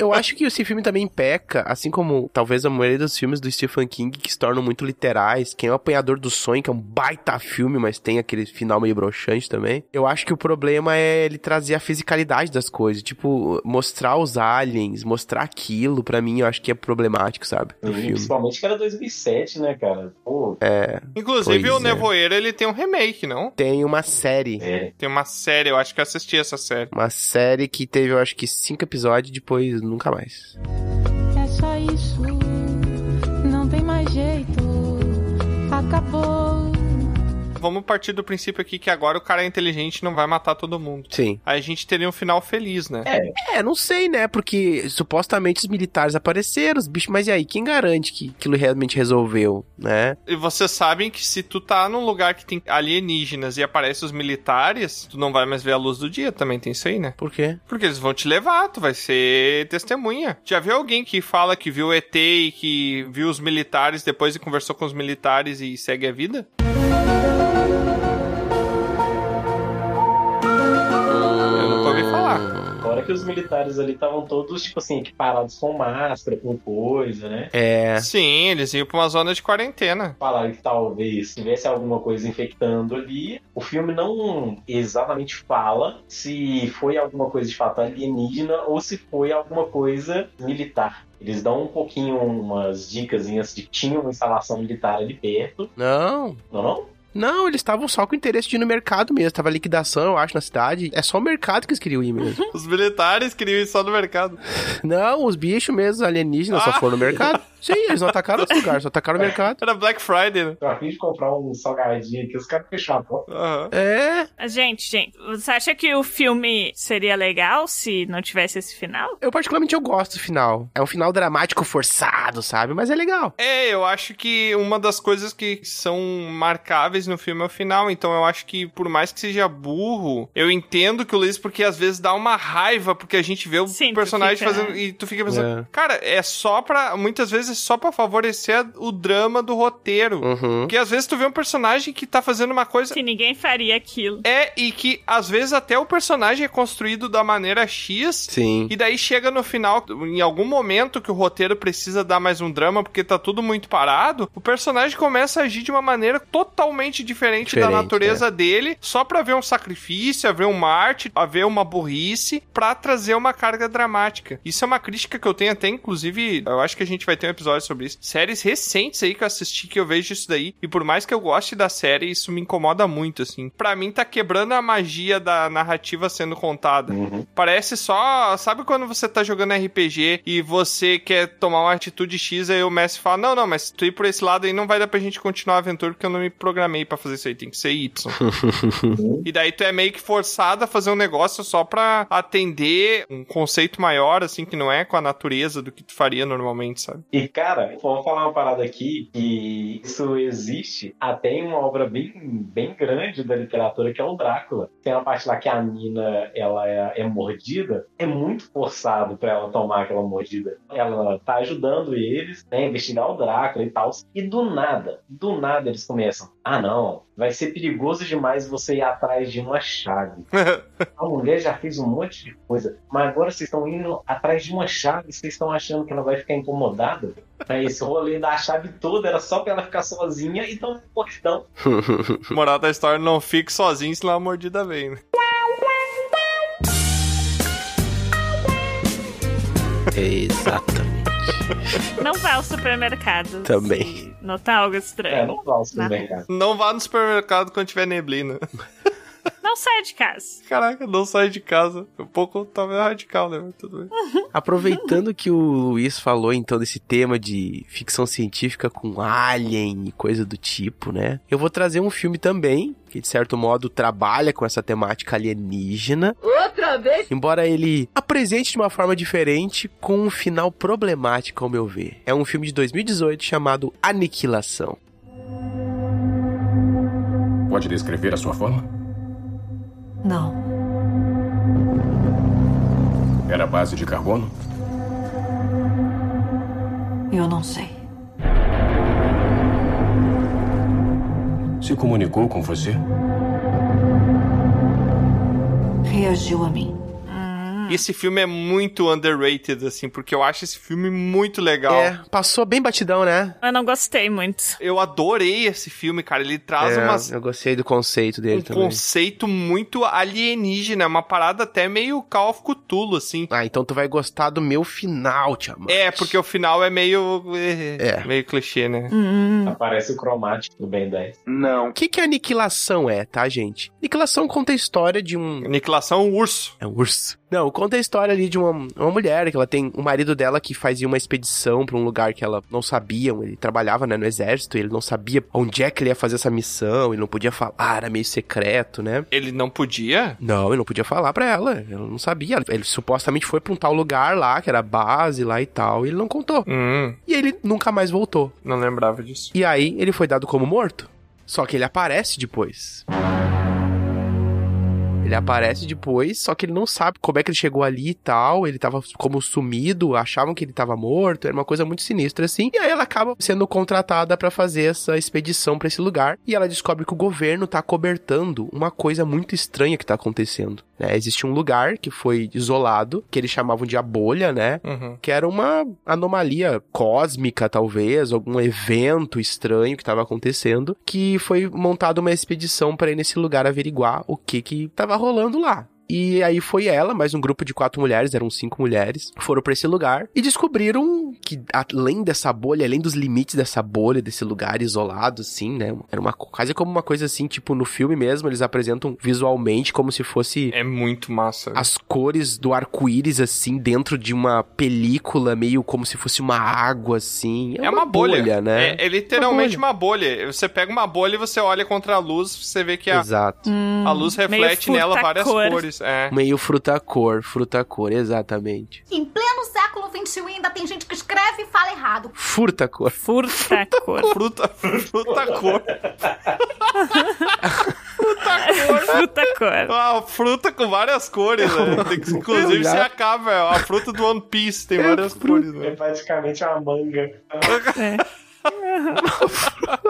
Speaker 2: Eu acho que esse filme também peca, assim como talvez a maioria dos filmes do Stephen King que se tornam muito literais. Quem é o Apanhador do Sonho, que é um baita filme, mas tem aquele final meio broxante também. Eu acho que o problema é ele trazer a fisicalidade das coisas. Tipo, mostrar os aliens, mostrar aquilo, pra mim eu acho que é problemático, sabe? Do filme.
Speaker 6: Principalmente que era 2007, né, cara? Pô,
Speaker 2: É.
Speaker 5: Inclusive,
Speaker 2: Pois
Speaker 5: o Nevoeiro, ele tem um remake, não?
Speaker 2: Tem uma série.
Speaker 6: É.
Speaker 5: Tem uma série, eu acho que eu assisti essa série.
Speaker 2: Uma série que teve, eu acho que, cinco episódios depois nunca mais.
Speaker 19: É só isso, não tem mais jeito. Acabou.
Speaker 5: Vamos partir do princípio aqui que agora o cara é inteligente e não vai matar todo mundo.
Speaker 2: Sim.
Speaker 5: Aí a gente teria um final feliz, né?
Speaker 2: É, não sei, né? Porque supostamente os militares apareceram, os bichos, mas e aí? Quem garante que aquilo realmente resolveu, né?
Speaker 5: E vocês sabem que se tu tá num lugar que tem alienígenas e aparecem os militares, tu não vai mais ver a luz do dia, também tem isso aí, né?
Speaker 2: Por quê?
Speaker 5: Porque eles vão te levar, tu vai ser testemunha. Já viu alguém que fala que viu ET e que viu os militares depois e conversou com os militares e segue a vida? Eu nunca ouvi falar.
Speaker 6: Fora que os militares ali estavam todos, tipo assim, equiparados com máscara, com coisa, né?
Speaker 2: É.
Speaker 5: Sim, eles iam pra uma zona de quarentena.
Speaker 6: Falaram que talvez tivesse alguma coisa infectando ali. O filme não exatamente fala se foi alguma coisa de fato alienígena ou se foi alguma coisa militar. Eles dão um pouquinho umas dicas de que tinha uma instalação militar ali perto.
Speaker 2: Não.
Speaker 6: Não, não?
Speaker 2: Não, eles estavam só com interesse de ir no mercado mesmo. Tava liquidação, eu acho, na cidade. É só o mercado que eles queriam ir
Speaker 10: Uhum.
Speaker 2: mesmo.
Speaker 5: Os militares queriam ir só no mercado.
Speaker 2: não, os bichos mesmo, os alienígenas,
Speaker 10: Ah.
Speaker 2: só foram no mercado. Sim, eles não atacaram outro lugar, só atacaram o mercado.
Speaker 5: Era Black Friday, né?
Speaker 6: Eu acabei de comprar um salgadinho aqui, os caras fecharam a porta.
Speaker 2: É.
Speaker 1: Gente, gente, você acha que o filme seria legal se não tivesse esse final?
Speaker 2: Eu, particularmente, eu gosto do final. É um final dramático forçado, sabe? Mas é legal.
Speaker 5: É, eu acho que uma das coisas que são marcáveis no filme é o final. Então eu acho que, por mais que seja burro, eu entendo que o Luiz, porque às vezes dá uma raiva, porque a gente vê o
Speaker 1: tu
Speaker 5: personagem
Speaker 1: fica- é.
Speaker 5: fazendo. E tu fica pensando, cara, é só pra. Muitas vezes é só pra favorecer a- o drama do roteiro.
Speaker 2: Uhum.
Speaker 5: Porque às vezes tu vê um personagem que tá fazendo uma coisa.
Speaker 1: Que ninguém faria aquilo.
Speaker 5: É, e que às vezes até o personagem é construído da maneira X.
Speaker 2: Sim.
Speaker 5: E daí chega no final, em algum momento que o roteiro precisa dar mais um drama, porque tá tudo muito parado, o personagem começa a agir de uma maneira totalmente diferente, da
Speaker 2: Diferente, é.
Speaker 5: natureza dele, só pra ver um sacrifício, haver um Marte, haver uma burrice, pra trazer uma carga dramática. Isso é uma crítica que eu tenho até, inclusive, eu acho que a gente vai ter um episódio sobre isso. Séries recentes aí que eu assisti, que eu vejo isso daí, e por mais que eu goste da série, isso me incomoda muito, assim. Pra mim tá quebrando a magia da narrativa sendo contada. Parece só. Sabe quando você tá jogando RPG e você quer tomar uma atitude X, aí o mestre fala: Não, não, mas se tu ir por esse lado aí não vai dar pra gente continuar a aventura porque eu não me programei pra fazer isso aí, tem que ser Y. e daí tu é meio que forçado a fazer um negócio só pra atender um conceito maior, assim, que não é com a natureza do que tu faria normalmente, sabe?
Speaker 6: E, cara, vamos falar uma parada aqui que isso existe até em uma obra bem, bem grande da literatura, que é o Drácula. Tem uma parte lá que a mina, ela é, é mordida. É muito forçado pra ela tomar aquela mordida. Ela tá ajudando eles, né, a investigar o Drácula e tal. E do nada, do nada eles começam. Ah, não, vai ser perigoso demais você ir atrás de uma chave. A mulher já fez um monte de coisa, mas agora vocês estão indo atrás de uma chave, vocês estão achando que ela vai ficar incomodada? Aí esse rolê da chave toda era só pra ela ficar sozinha e dar um portão.
Speaker 5: Moral da história: não fique sozinho, senão a mordida vem, né?
Speaker 2: Exatamente.
Speaker 1: Não vá ao supermercado.
Speaker 2: Também.
Speaker 1: Notar algo estranho.
Speaker 6: É, não vá ao
Speaker 1: supermercado.
Speaker 5: Não vá no supermercado quando tiver neblina.
Speaker 1: Não sai de casa.
Speaker 5: Caraca, não sai de casa. Um pouco talvez radical, né? Mas tudo bem.
Speaker 2: Aproveitando que o Luiz falou então desse tema de ficção científica com alien e coisa do tipo, né? Eu vou trazer um filme também que de certo modo trabalha com essa temática alienígena.
Speaker 3: Outra vez?
Speaker 2: Embora ele apresente de uma forma diferente, com um final problemático, ao meu ver. É um filme de 2018 chamado Aniquilação.
Speaker 20: Pode descrever a sua forma?
Speaker 19: Não.
Speaker 20: Era base de carbono?
Speaker 19: Eu não sei.
Speaker 20: Se comunicou com você?
Speaker 19: Reagiu a mim.
Speaker 5: Esse filme é muito underrated, assim, porque eu acho esse filme muito legal.
Speaker 2: É, passou bem batidão, né?
Speaker 1: Eu não gostei muito.
Speaker 5: Eu adorei esse filme, cara. Ele traz
Speaker 2: É,
Speaker 5: umas
Speaker 2: Eu gostei do conceito dele
Speaker 5: um
Speaker 2: também.
Speaker 5: conceito muito alienígena, uma parada até meio Call of Cthulhu, assim.
Speaker 2: Ah, então tu vai gostar do meu final, Tia Mãe.
Speaker 5: É, porque o final é meio.
Speaker 2: É.
Speaker 5: Meio clichê, né?
Speaker 1: Hum.
Speaker 6: Aparece o cromático do Ben 10.
Speaker 2: Não. O que, que a aniquilação é, tá, gente? Aniquilação conta a história de um.
Speaker 5: Aniquilação é um urso.
Speaker 2: É um urso. Não, conta a história ali de uma, uma mulher que ela tem o marido dela que fazia uma expedição pra um lugar que ela não sabia. Ele trabalhava né, no exército, e ele não sabia onde é que ele ia fazer essa missão, ele não podia falar, era meio secreto, né?
Speaker 5: Ele não podia?
Speaker 2: Não, ele não podia falar pra ela. Ela não sabia. Ele supostamente foi pra um tal lugar lá, que era a base lá e tal, e ele não contou.
Speaker 5: Hum,
Speaker 2: E ele nunca mais voltou.
Speaker 5: não lembrava disso.
Speaker 2: E aí ele foi dado como morto. Só que ele aparece depois. Ele aparece depois, só que ele não sabe como é que ele chegou ali e tal. Ele tava como sumido, achavam que ele tava morto, era uma coisa muito sinistra assim. E aí ela acaba sendo contratada pra fazer essa expedição pra esse lugar. E ela descobre que o governo tá cobertando uma coisa muito estranha que tá acontecendo. né? Existe um lugar que foi isolado, que eles chamavam de a bolha, né?
Speaker 5: Uhum.
Speaker 2: que era uma anomalia cósmica, talvez, algum evento estranho que estava acontecendo, que foi montada uma expedição para ir nesse lugar averiguar o que que estava rolando lá. E aí foi ela, mais um grupo de quatro mulheres, eram cinco mulheres, foram para esse lugar e descobriram que além dessa bolha, além dos limites dessa bolha, desse lugar isolado, assim, né? Era uma co- quase como uma coisa assim, tipo no filme mesmo, eles apresentam visualmente como se fosse
Speaker 5: É muito massa.
Speaker 2: as cores do arco-íris, assim, dentro de uma película, meio como se fosse uma água, assim.
Speaker 5: É uma bolha.
Speaker 2: né?
Speaker 5: É, é literalmente uma bolha. Você pega uma bolha e você olha contra a luz, você vê que é a,
Speaker 2: Exato.
Speaker 5: a luz reflete
Speaker 1: meio
Speaker 5: nela
Speaker 1: fruta
Speaker 5: várias
Speaker 1: cor.
Speaker 5: cores. É.
Speaker 2: Meio fruta-cor, fruta-cor, exatamente.
Speaker 21: Em pleno século XXI ainda tem gente que escreve e fala errado.
Speaker 2: Furta-cor.
Speaker 1: Furta cor.
Speaker 5: Fruta, fruta cor.
Speaker 1: Fruta cor.
Speaker 5: Ah, fruta com várias cores, né? Tem que- inclusive você acaba, é a fruta do One Piece, tem várias cores, né?
Speaker 6: É praticamente uma manga.
Speaker 1: É.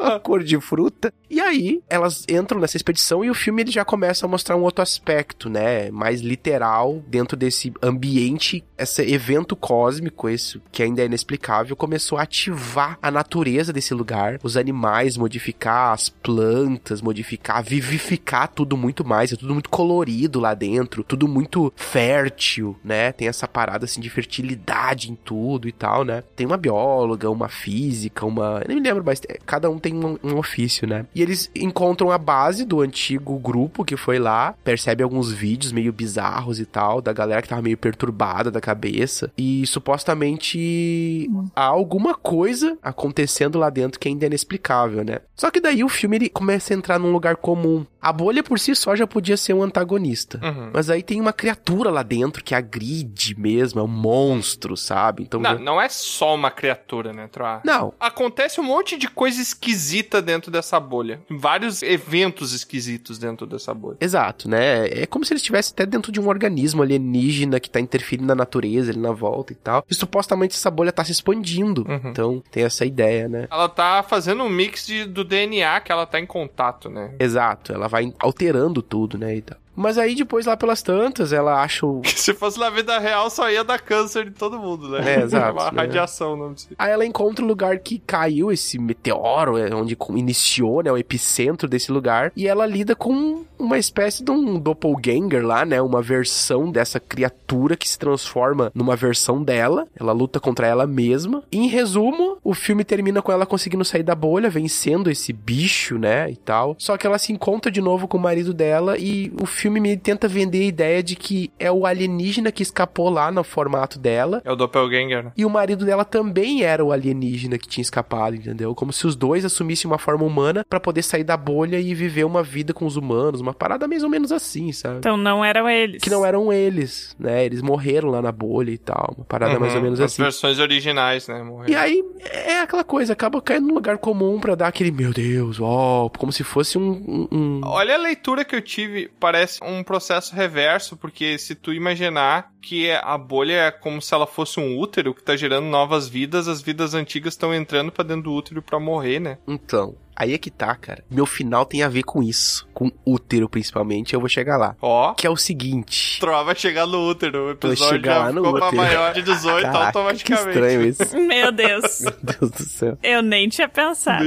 Speaker 2: A cor de fruta. E aí, elas entram nessa expedição e o filme ele já começa a mostrar um outro aspecto, né? Mais literal, dentro desse ambiente, esse evento cósmico, esse que ainda é inexplicável, começou a ativar a natureza desse lugar, os animais, modificar as plantas, modificar, vivificar tudo muito mais. É tudo muito colorido lá dentro, tudo muito fértil, né? Tem essa parada assim de fertilidade em tudo e tal, né? Tem uma bióloga, uma física, uma. Eu nem me lembro, mas é, cada um tem um, um ofício, né? E eles encontram a base do antigo grupo que foi lá, percebe alguns vídeos meio bizarros e tal, da galera que tava meio perturbada da cabeça. E supostamente há alguma coisa acontecendo lá dentro que ainda é inexplicável, né? Só que daí o filme ele começa a entrar num lugar comum. A bolha por si só já podia ser um antagonista.
Speaker 5: Uhum.
Speaker 2: Mas aí tem uma criatura lá dentro que agride mesmo, é um monstro, sabe? Então.
Speaker 5: Não, não é só uma criatura, né, Troá?
Speaker 2: Não.
Speaker 5: Acontece um monte de coisa esquisita dentro dessa bolha. Vários eventos esquisitos dentro dessa bolha.
Speaker 2: Exato, né? É como se ele estivesse até dentro de um organismo alienígena que tá interferindo na natureza ali na volta e tal. E supostamente essa bolha tá se expandindo. Então tem essa ideia, né?
Speaker 5: Ela tá fazendo um mix de- do DNA que ela tá em contato, né?
Speaker 2: Exato, ela vai alterando tudo, né? E tal. Mas aí depois, lá pelas tantas, ela acha o.
Speaker 5: Se fosse na vida real, só ia dar câncer de todo mundo, né?
Speaker 2: É, exato,
Speaker 5: Uma
Speaker 2: né?
Speaker 5: radiação, não sei.
Speaker 2: Aí ela encontra o lugar que caiu esse meteoro, é, onde co- iniciou, né, o epicentro desse lugar, e ela lida com uma espécie de um doppelganger lá, né, uma versão dessa criatura que se transforma numa versão dela. Ela luta contra ela mesma. E, em resumo, o filme termina com ela conseguindo sair da bolha, vencendo esse bicho, né, e tal. Só que ela se encontra de novo com o marido dela e o filme me tenta vender a ideia de que é o alienígena que escapou lá no formato dela
Speaker 5: É o Doppelganger, né?
Speaker 2: e o marido dela também era o alienígena que tinha escapado, entendeu? Como se os dois assumissem uma forma humana pra poder sair da bolha e viver uma vida com os humanos, uma parada mais ou menos assim, sabe?
Speaker 15: Então não eram eles.
Speaker 2: Que não é- eram eles, né? Eles morreram lá na bolha e tal, uma parada mais ou
Speaker 5: Uhum,
Speaker 2: menos
Speaker 5: As
Speaker 2: assim.
Speaker 5: versões originais, né? Morreram.
Speaker 2: E aí é aquela coisa, acaba caindo num lugar comum pra dar aquele, meu Deus, ó, como se fosse um- um- um
Speaker 5: Olha a leitura que eu tive, parece um processo reverso, porque se tu imaginar que a bolha é como se ela fosse um útero que tá gerando novas vidas, as vidas antigas estão entrando pra dentro do útero pra morrer, né?
Speaker 2: Então, aí é que tá, cara. Meu final tem a ver com isso. Com útero, principalmente. Eu vou chegar lá.
Speaker 5: Ó.
Speaker 2: Que é o seguinte.
Speaker 5: Trova vai chegar no útero, o
Speaker 2: Vou
Speaker 5: episódio
Speaker 2: chegar
Speaker 5: já
Speaker 2: lá no
Speaker 5: ficou pra
Speaker 2: útero.
Speaker 5: maior de 18
Speaker 2: Caraca,
Speaker 5: tá automaticamente.
Speaker 2: que estranho isso.
Speaker 15: Meu Deus.
Speaker 2: Meu Deus do céu.
Speaker 15: Eu nem tinha pensado.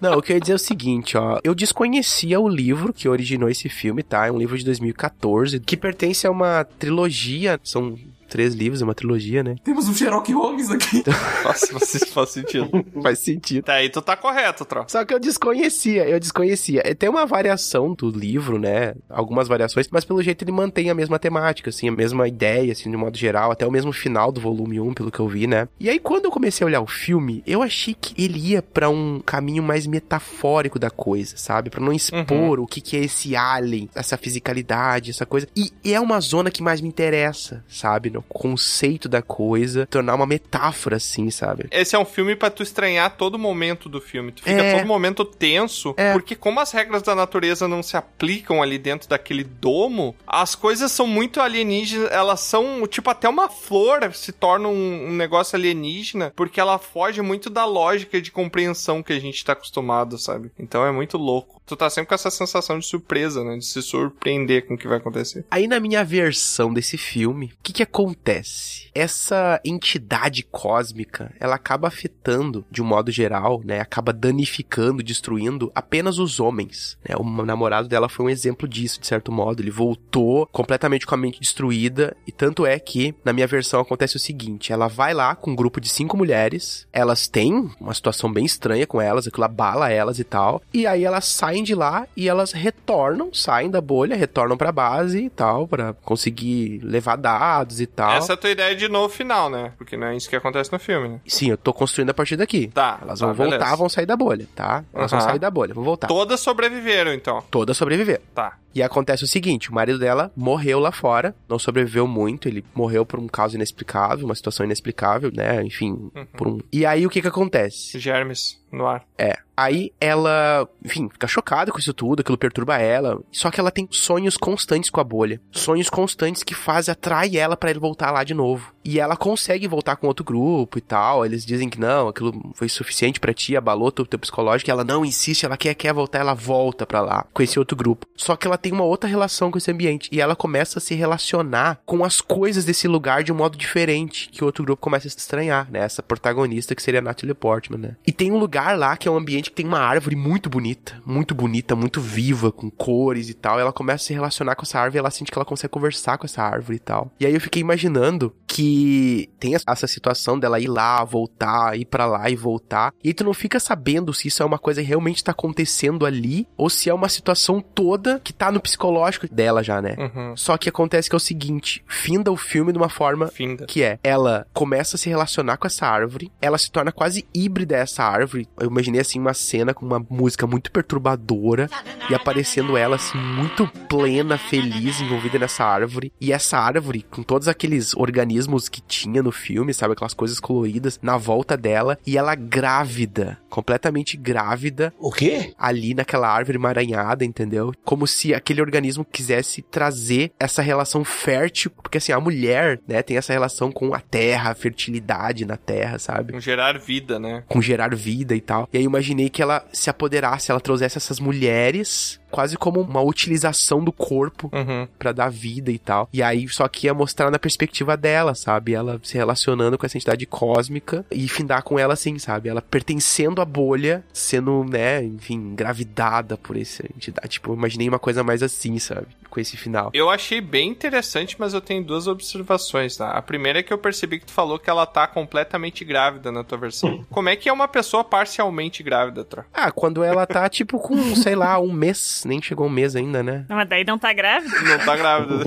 Speaker 2: Não, o que eu ia dizer é o seguinte, ó. Eu desconhecia o livro que originou esse filme, tá? É um livro de 2014, que pertence a uma trilogia. São três livros, é uma trilogia, né?
Speaker 22: Temos um Sherlock Holmes aqui.
Speaker 5: Nossa, mas isso faz sentido.
Speaker 2: Faz sentido.
Speaker 5: Tá, aí tu tá correto, Tro.
Speaker 2: Só que eu desconhecia, eu desconhecia. É, Tem uma variação do livro, né? Algumas variações, mas pelo jeito ele mantém a mesma temática, assim, a mesma ideia, assim, de modo geral, até o mesmo final do volume 1, pelo que eu vi, né? E aí, quando eu comecei a olhar o filme, eu achei que ele ia pra um caminho mais metafórico da coisa, sabe? Pra não expor o que, que é esse alien, essa fisicalidade, essa coisa. E é uma zona que mais me interessa, sabe? No conceito da coisa, tornar uma metáfora, assim, sabe?
Speaker 5: Esse é um filme pra tu estranhar todo momento do filme. Tu fica
Speaker 2: É.
Speaker 5: todo momento tenso, porque como as regras da natureza não se aplicam ali dentro daquele domo, as coisas são muito alienígenas, elas são, tipo, até uma flor se torna um, um negócio alienígena, porque ela foge muito da lógica de compreensão que a gente tá acostumado, sabe? Então é muito louco. Tu tá sempre com essa sensação de surpresa, né? De se surpreender com o que vai acontecer.
Speaker 2: Aí na minha versão desse filme, o que que acontece? Essa entidade cósmica, ela acaba afetando de um modo geral, né? Acaba danificando, destruindo apenas os homens, né? O namorado dela foi um exemplo disso, de certo modo, ele voltou completamente com a mente destruída e tanto é que na minha versão acontece o seguinte, ela vai lá com um grupo de cinco mulheres, elas têm uma situação bem estranha com elas, aquilo abala elas e tal, e aí elas saem de lá e elas retornam, saem da bolha, retornam pra base e tal, pra conseguir levar dados e tal.
Speaker 5: Essa é a tua ideia de novo final, né? Porque não é isso que acontece no filme, né?
Speaker 2: Sim, eu tô construindo a partir daqui.
Speaker 5: Tá.
Speaker 2: Elas vão
Speaker 5: tá,
Speaker 2: voltar,
Speaker 5: beleza.
Speaker 2: vão sair da bolha, tá? Elas vão
Speaker 5: Aham.
Speaker 2: sair da bolha, vão voltar.
Speaker 5: Todas sobreviveram, então.
Speaker 2: Todas sobreviveram.
Speaker 5: Tá.
Speaker 2: E acontece o seguinte: o marido dela morreu lá fora, não sobreviveu muito, ele morreu por um caso inexplicável, uma situação inexplicável, né? Enfim, por um. E aí o que que acontece?
Speaker 5: Germes no ar.
Speaker 2: É. Aí ela, enfim, fica chocada com isso tudo, aquilo perturba ela. Só que ela tem sonhos constantes com a bolha. Sonhos constantes que faz atrai ela pra ele voltar lá de novo. E ela consegue voltar com outro grupo e tal. Eles dizem que não, aquilo foi suficiente pra ti, abalou teu, teu psicológico. E ela não insiste, ela quer, quer voltar, ela volta pra lá com esse outro grupo. Só que ela tem uma outra relação com esse ambiente. E ela começa a se relacionar com as coisas desse lugar de um modo diferente. Que o outro grupo começa a se estranhar, né? Essa protagonista que seria a Natalie Portman, né? E tem um lugar lá que é um ambiente que tem uma árvore muito bonita, muito bonita, muito viva, com cores e tal. Ela começa a se relacionar com essa árvore, ela sente que ela consegue conversar com essa árvore e tal. E aí eu fiquei imaginando que tem essa- essa situação dela ir lá, voltar, ir pra lá e voltar. E aí tu não fica sabendo se isso é uma coisa que realmente tá acontecendo ali ou se é uma situação toda que tá no psicológico dela já, né?
Speaker 5: Uhum.
Speaker 2: Só que acontece que é o seguinte, finda o filme de uma forma que é, ela começa a se relacionar com essa árvore, ela se torna quase híbrida a essa árvore. Eu imaginei assim uma cena com uma música muito perturbadora e aparecendo ela assim muito plena, feliz, envolvida nessa árvore. E essa árvore com todos aqueles organismos que tinha no filme, sabe, aquelas coisas coloridas na volta dela e ela grávida, completamente grávida. O quê? Ali naquela árvore emaranhada, entendeu? Como se aquele organismo quisesse trazer essa relação fértil, porque assim, a mulher, né, tem essa relação com a terra, a fertilidade na terra, sabe?
Speaker 5: Um gerar vida, né?
Speaker 2: Com gerar vida. e tal. E aí eu imaginei que ela se apoderasse, ela trouxesse essas mulheres quase como uma utilização do corpo
Speaker 5: uhum.
Speaker 2: para dar vida e tal. E aí só que ia mostrar na perspectiva dela, sabe? Ela se relacionando com essa entidade cósmica e findar com ela assim, sabe? Ela pertencendo à bolha, sendo, né, enfim, engravidada por essa entidade. Tipo, eu imaginei uma coisa mais assim, sabe? Com esse final.
Speaker 5: Eu achei bem interessante, mas eu tenho duas observações, tá? A primeira é que eu percebi que tu falou que ela tá completamente grávida na tua versão. Como é que é uma pessoa parcialmente grávida, Tra?
Speaker 2: Ah, quando ela tá, tipo, com, sei lá, um mês. Nem chegou um mês ainda, né?
Speaker 1: Não, mas daí não tá grávida?
Speaker 5: Não tá grávida.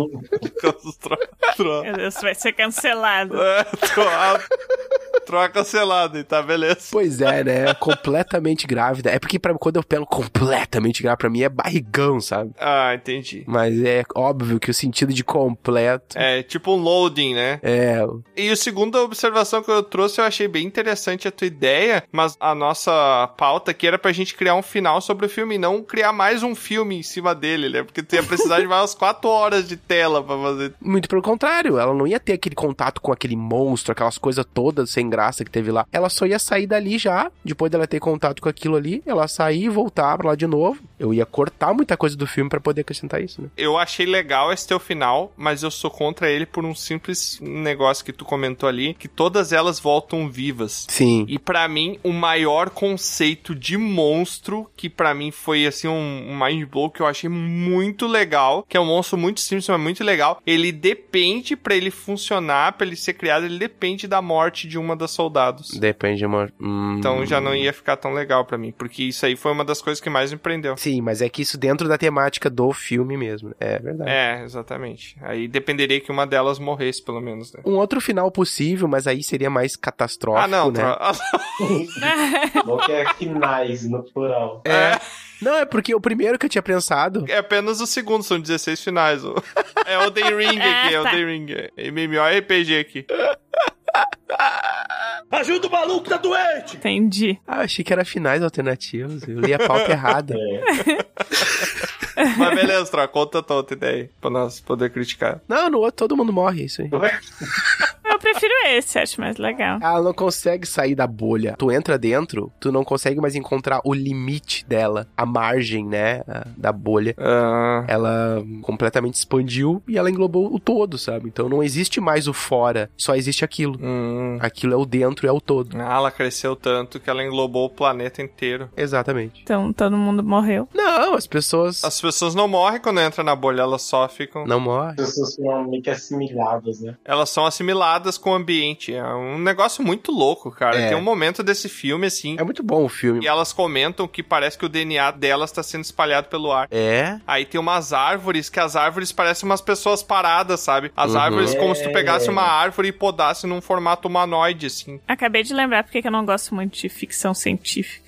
Speaker 1: Meu Deus, vai ser cancelado.
Speaker 5: É, troca, troca cancelado, e tá beleza.
Speaker 2: Pois é, né? Completamente grávida. É porque pra, quando eu pego completamente grávida, pra mim é barrigão, sabe?
Speaker 5: Ah, entendi.
Speaker 2: Mas é óbvio que o sentido de completo.
Speaker 5: É, tipo um loading, né?
Speaker 2: É.
Speaker 5: E a segunda observação que eu trouxe, eu achei bem interessante a tua ideia, mas a nossa pauta aqui era pra gente criar um final sobre o filme e não criar mais um filme em cima dele, né? Porque tu ia precisar de mais umas 4 horas de tela pra fazer.
Speaker 2: Muito pelo contrário, ela não ia ter aquele contato com aquele monstro, aquelas coisas todas sem graça que teve lá. Ela só ia sair dali já, depois dela ter contato com aquilo ali, ela sair e voltar pra lá de novo. Eu ia cortar muita coisa do filme pra poder acrescentar isso, né?
Speaker 5: Eu achei legal esse teu final, mas eu sou contra ele por um simples negócio que tu comentou ali, que todas elas voltam vivas.
Speaker 2: Sim.
Speaker 5: E para mim, o maior conceito de monstro, que para mim foi assim um mind blow que eu achei muito legal, que é um monstro muito simples, mas muito legal. Ele depende para ele funcionar, para ele ser criado, ele depende da morte de uma das soldados.
Speaker 2: Depende de uma. Hum...
Speaker 5: Então já não ia ficar tão legal para mim, porque isso aí foi uma das coisas que mais me prendeu.
Speaker 2: Sim, mas é que isso dentro da temática do filme mesmo. É verdade.
Speaker 5: É, exatamente. Aí dependeria que uma delas morresse, pelo menos, né?
Speaker 2: Um outro final possível, mas aí seria mais catastrófico.
Speaker 5: Ah, não,
Speaker 2: né?
Speaker 5: tro- Ah,
Speaker 6: Não quer é finais no plural.
Speaker 2: É. Não, é porque o primeiro que eu tinha pensado.
Speaker 5: É apenas o segundo, são 16 finais. ó. É o The Ring aqui, é o The Ring. É MMORPG aqui.
Speaker 3: Ajuda o maluco, tá doente!
Speaker 1: Entendi.
Speaker 2: Ah, eu achei que era finais alternativos. Eu li a pauta errada.
Speaker 5: É. Mas beleza, Tro, conta a tua outra ideia aí, pra nós poder criticar.
Speaker 2: Não, no outro todo mundo morre, é isso aí.
Speaker 1: Eu prefiro esse, acho mais legal.
Speaker 2: Ela não consegue sair da bolha. Tu entra dentro, tu não consegue mais encontrar o limite dela, a margem, né, a- da bolha.
Speaker 5: Ah,
Speaker 2: Ela completamente expandiu e ela englobou o todo, sabe? Então não existe mais o fora, só existe aquilo. Aquilo é o dentro, é o todo.
Speaker 5: Ah, ela hum, cresceu tanto que ela englobou o planeta inteiro.
Speaker 2: Exatamente.
Speaker 1: Então todo mundo morreu.
Speaker 2: Não, as pessoas
Speaker 5: As pessoas não morrem quando entram na bolha, elas só ficam.
Speaker 2: não morrem.
Speaker 6: As pessoas foram meio que assimiladas, né?
Speaker 5: Elas são assimiladas com o ambiente. É um negócio muito louco, cara.
Speaker 2: É.
Speaker 5: Tem um momento desse filme, assim,
Speaker 2: É muito bom o filme.
Speaker 5: e elas comentam que parece que o DNA delas tá sendo espalhado pelo ar.
Speaker 2: É?
Speaker 5: Aí tem umas árvores que as árvores parecem umas pessoas paradas, sabe? As árvores como se tu pegasse uma árvore e podasse num formato humanoide, assim.
Speaker 1: Acabei de lembrar porque que eu não gosto muito de ficção científica.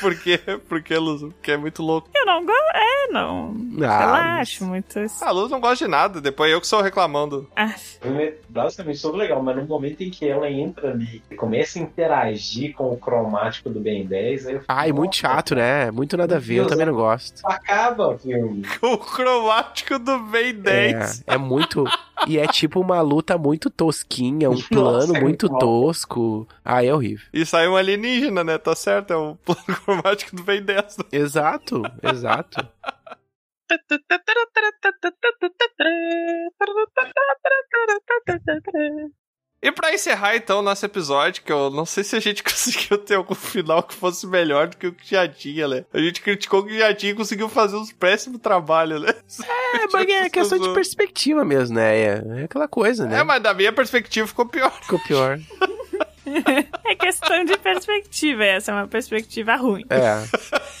Speaker 5: Porque, porque, Luz, porque é muito louco.
Speaker 1: Eu não gosto. É, não.
Speaker 2: Ah,
Speaker 1: sei lá, acho muito.
Speaker 5: Ah, A Luz não gosta de nada, depois eu que sou reclamando.
Speaker 1: Ah,
Speaker 6: O filme é basicamente todo legal, mas no momento em que ela entra ali e começa a interagir com o cromático do Ben 10, aí eu fico,
Speaker 2: Ai, muito chato, né? Muito nada a ver, eu também não gosto.
Speaker 6: acaba o filme.
Speaker 5: O cromático do Ben 10.
Speaker 2: É, é muito. e é tipo uma luta muito tosquinha, um plano
Speaker 6: é
Speaker 2: muito
Speaker 6: muito
Speaker 2: tosco. Ah, é horrível.
Speaker 5: E saiu um alienígena, né? Tá certo, é o plano cromático do Ben 10.
Speaker 2: Exato, exato.
Speaker 5: E pra encerrar, então, o nosso episódio, que eu não sei se a gente conseguiu ter algum final que fosse melhor do que o que já tinha, né? A gente criticou o que já tinha e conseguiu fazer uns péssimos trabalhos, né?
Speaker 2: É, mas é questão de perspectiva mesmo, né? É, é aquela coisa, né?
Speaker 5: É, mas da minha perspectiva ficou pior.
Speaker 2: Ficou pior.
Speaker 1: é questão de perspectiva. Essa é uma perspectiva ruim.
Speaker 2: É.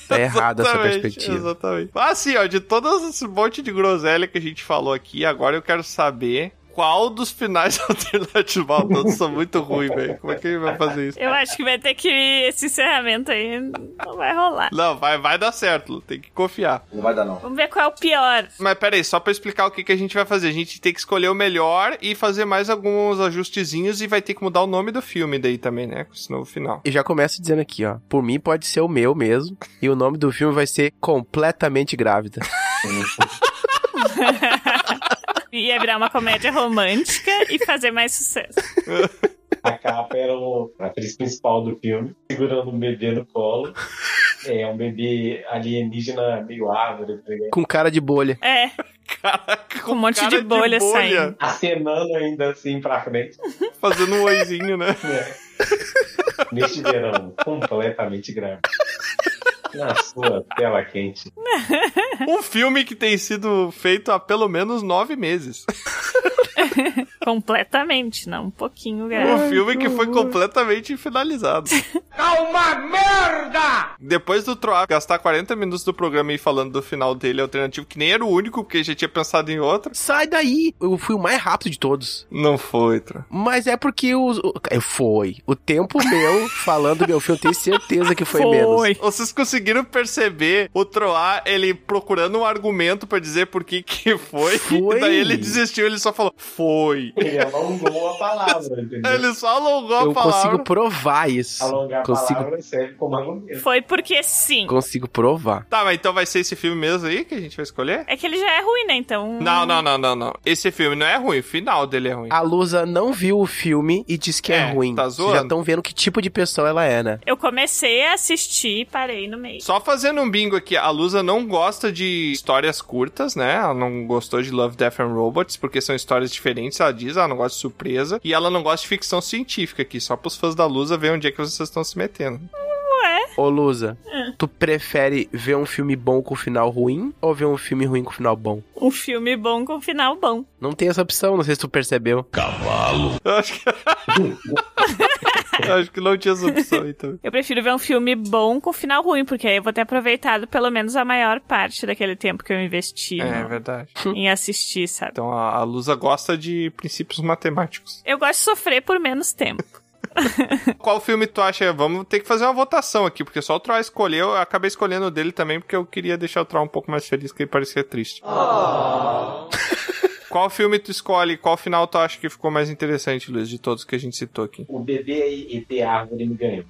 Speaker 2: Tá errada essa
Speaker 5: Exatamente,
Speaker 2: perspectiva.
Speaker 5: Exatamente. Ah, sim, ó, de todos esse monte de groselha que a gente falou aqui, agora eu quero saber qual dos finais alternativos. Ah, Todos são muito ruins, velho. Como é que ele vai fazer isso?
Speaker 1: Eu acho que vai ter que. Esse encerramento aí não vai rolar.
Speaker 5: Não, vai, vai dar certo, Lu, tem que confiar.
Speaker 17: Não vai dar, não.
Speaker 1: Vamos ver qual é o pior.
Speaker 5: Mas pera aí, só pra explicar o que, que a gente vai fazer. A gente tem que escolher o melhor e fazer mais alguns ajustezinhos e vai ter que mudar o nome do filme daí também, né? Com esse novo final.
Speaker 2: E já começo dizendo aqui, ó. Por mim pode ser o meu mesmo. E o nome do filme vai ser Completamente Grávida.
Speaker 1: Ia virar uma comédia romântica e fazer mais sucesso.
Speaker 6: A capa era o- a atriz principal do filme, segurando um bebê no colo. É um bebê alienígena meio árvore, tá ligado?
Speaker 10: Com cara de bolha.
Speaker 1: É. com um monte de bolha, saindo.
Speaker 6: Acenando ainda assim pra frente.
Speaker 5: Fazendo um oizinho, né?
Speaker 6: Neste verão, completamente grave. Na sua tela quente.
Speaker 5: Um filme que tem sido feito há pelo menos nove meses.
Speaker 1: Completamente, não um pouquinho
Speaker 10: É.
Speaker 1: grave.
Speaker 5: Um filme que foi completamente finalizado.
Speaker 23: Calma, merda!
Speaker 5: Depois do Troá gastar 40 minutos do programa e falando do final dele alternativo, que nem era o único, porque já tinha pensado em outro.
Speaker 10: Sai daí! Eu fui o mais rápido de todos.
Speaker 5: Não foi, Troá.
Speaker 10: Mas é porque os. o- é, Foi. O tempo meu falando meu filme, eu tenho certeza que foi, menos.
Speaker 5: Vocês conseguiram perceber o Troá, ele procurando um argumento pra dizer por que que foi.
Speaker 10: Foi.
Speaker 5: E daí ele desistiu, ele só falou, foi.
Speaker 6: Ele alongou a palavra, entendeu?
Speaker 5: Ele só alongou
Speaker 10: é. Eu
Speaker 5: a palavra.
Speaker 10: consigo provar isso.
Speaker 6: Alongar
Speaker 10: consigo,
Speaker 6: a palavra serve como alongueiro.
Speaker 1: Foi porque sim.
Speaker 10: consigo provar.
Speaker 5: Tá, mas então vai ser esse filme mesmo aí que a gente vai escolher?
Speaker 1: É que ele já é ruim, né? Então.
Speaker 5: Não, não, não, não, não. Esse filme não é ruim, o final dele é ruim.
Speaker 10: A Lusa não viu o filme e diz que é, ruim.
Speaker 5: tá
Speaker 10: Vocês
Speaker 5: zoando?
Speaker 10: já estão vendo que tipo de pessoa ela é, né?
Speaker 1: Eu comecei a assistir e parei no meio.
Speaker 5: Só fazendo um bingo aqui, a Lusa não gosta de histórias curtas, né? Ela não gostou de Love, Death and Robots, porque são histórias diferentes, ela diz, ela não gosta de surpresa. E ela não gosta de ficção científica aqui, só pros fãs da Lusa ver onde é que vocês estão se metendo.
Speaker 10: Ô, Lusa,
Speaker 1: Hum.
Speaker 10: tu prefere ver um filme bom com final ruim ou ver um filme ruim com final bom?
Speaker 1: Um filme bom com final bom.
Speaker 10: Não tem essa opção, não sei se tu percebeu. Cavalo.
Speaker 5: Eu acho que, eu acho que não tinha essa opção, então.
Speaker 1: Eu prefiro ver um filme bom com final ruim, porque aí eu vou ter aproveitado pelo menos a maior parte daquele tempo que eu investi
Speaker 5: É
Speaker 1: no-
Speaker 5: verdade.
Speaker 1: em assistir, sabe?
Speaker 5: Então a a Lusa gosta de princípios matemáticos.
Speaker 1: Eu gosto de sofrer por menos tempo.
Speaker 5: Qual filme tu acha? Vamos ter que fazer uma votação aqui, porque só o Troy escolheu. Eu acabei escolhendo o dele também, porque eu queria deixar o Troy um pouco mais feliz, que ele parecia triste. Qual filme tu escolhe? Qual final tu acha que ficou mais interessante, Luiz, de todos que a gente citou aqui?
Speaker 6: O bebê e ET árvore me ganhou.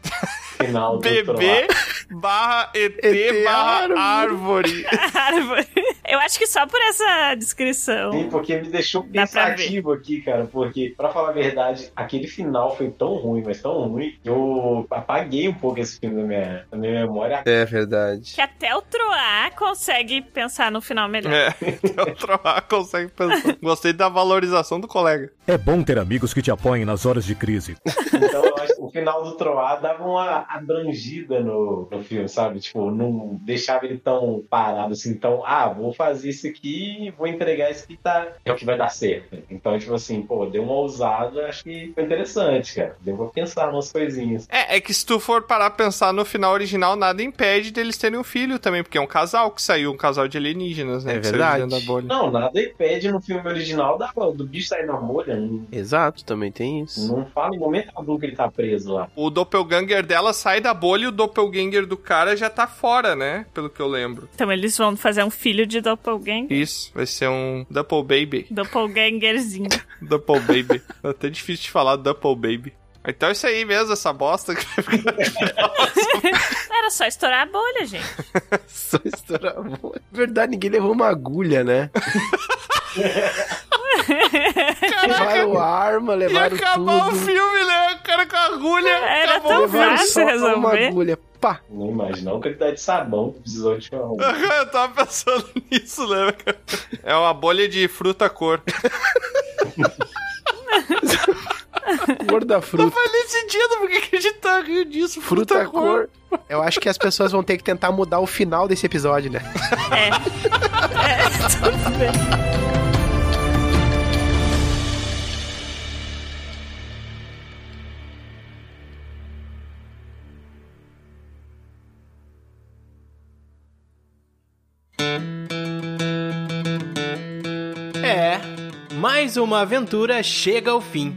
Speaker 6: Final do
Speaker 5: Bebê barra ET, barra árvore.
Speaker 1: Árvore. Eu acho que só por essa descrição.
Speaker 6: Sim, porque me deixou
Speaker 1: Então, Dá pra
Speaker 6: pensativo aqui, cara. Porque, pra falar a verdade, aquele final foi tão ruim, mas tão ruim, que eu apaguei um pouco esse filme da minha, da minha memória.
Speaker 10: É verdade.
Speaker 1: Que até o Troá consegue pensar no final melhor.
Speaker 5: É, até o Troy consegue pensar. Gostei da valorização do colega.
Speaker 3: É bom ter amigos que te apoiem nas horas de crise.
Speaker 6: Então, eu acho que o final do Troá dava uma abrangida no, no filme, sabe? Tipo, não deixava ele tão parado assim, então, ah, vou fazer isso aqui e vou entregar isso que tá. É o que vai dar certo. Então, tipo assim, pô, deu uma ousada, acho que foi interessante, cara. Deu pra pensar umas coisinhas.
Speaker 5: É, é que se tu for parar a pensar no final original, nada impede deles terem um filho também, porque é um casal que saiu, um casal de alienígenas, né?
Speaker 10: É
Speaker 5: que saiu de
Speaker 10: verdade.
Speaker 5: dentro da bolha.
Speaker 6: Não, nada impede no filme original da, do bicho sair na bolha. Não,
Speaker 10: Exato, também tem isso.
Speaker 6: não fala em momento algum que ele tá preso lá.
Speaker 5: O doppelganger dela sai da bolha e o doppelganger do cara já tá fora, né? Pelo que eu lembro.
Speaker 1: Então eles vão fazer um filho de doppelganger.
Speaker 5: Isso, vai ser um Double Baby.
Speaker 1: Doppelgangerzinho.
Speaker 5: Double Baby. é até difícil de falar Double Baby. Então é isso aí mesmo, essa bosta. que vai ficar no final.
Speaker 1: Era só estourar a bolha, gente.
Speaker 10: Só estourar a bolha. Verdade, ninguém levou uma agulha, né? Levaram arma, levaram
Speaker 5: Ia acabar
Speaker 10: tudo.
Speaker 5: o filme, né? O cara com a agulha.
Speaker 1: É, Era
Speaker 5: acabou
Speaker 1: tão
Speaker 5: o filme.
Speaker 1: fácil
Speaker 10: só uma
Speaker 1: resolver.
Speaker 10: agulha, pá.
Speaker 6: Não imagina a quantidade tá de sabão que precisou de um uma
Speaker 5: Eu tava pensando nisso, né? cara? É uma bolha de fruta cor.
Speaker 10: Cor da
Speaker 5: Não
Speaker 10: fruta.
Speaker 5: faz nem sentido, por que que a gente tá rindo disso?
Speaker 10: Fruta, cor. Eu acho que as pessoas vão ter que tentar mudar o final desse episódio, né?
Speaker 1: É,
Speaker 2: É, mais uma aventura chega ao fim.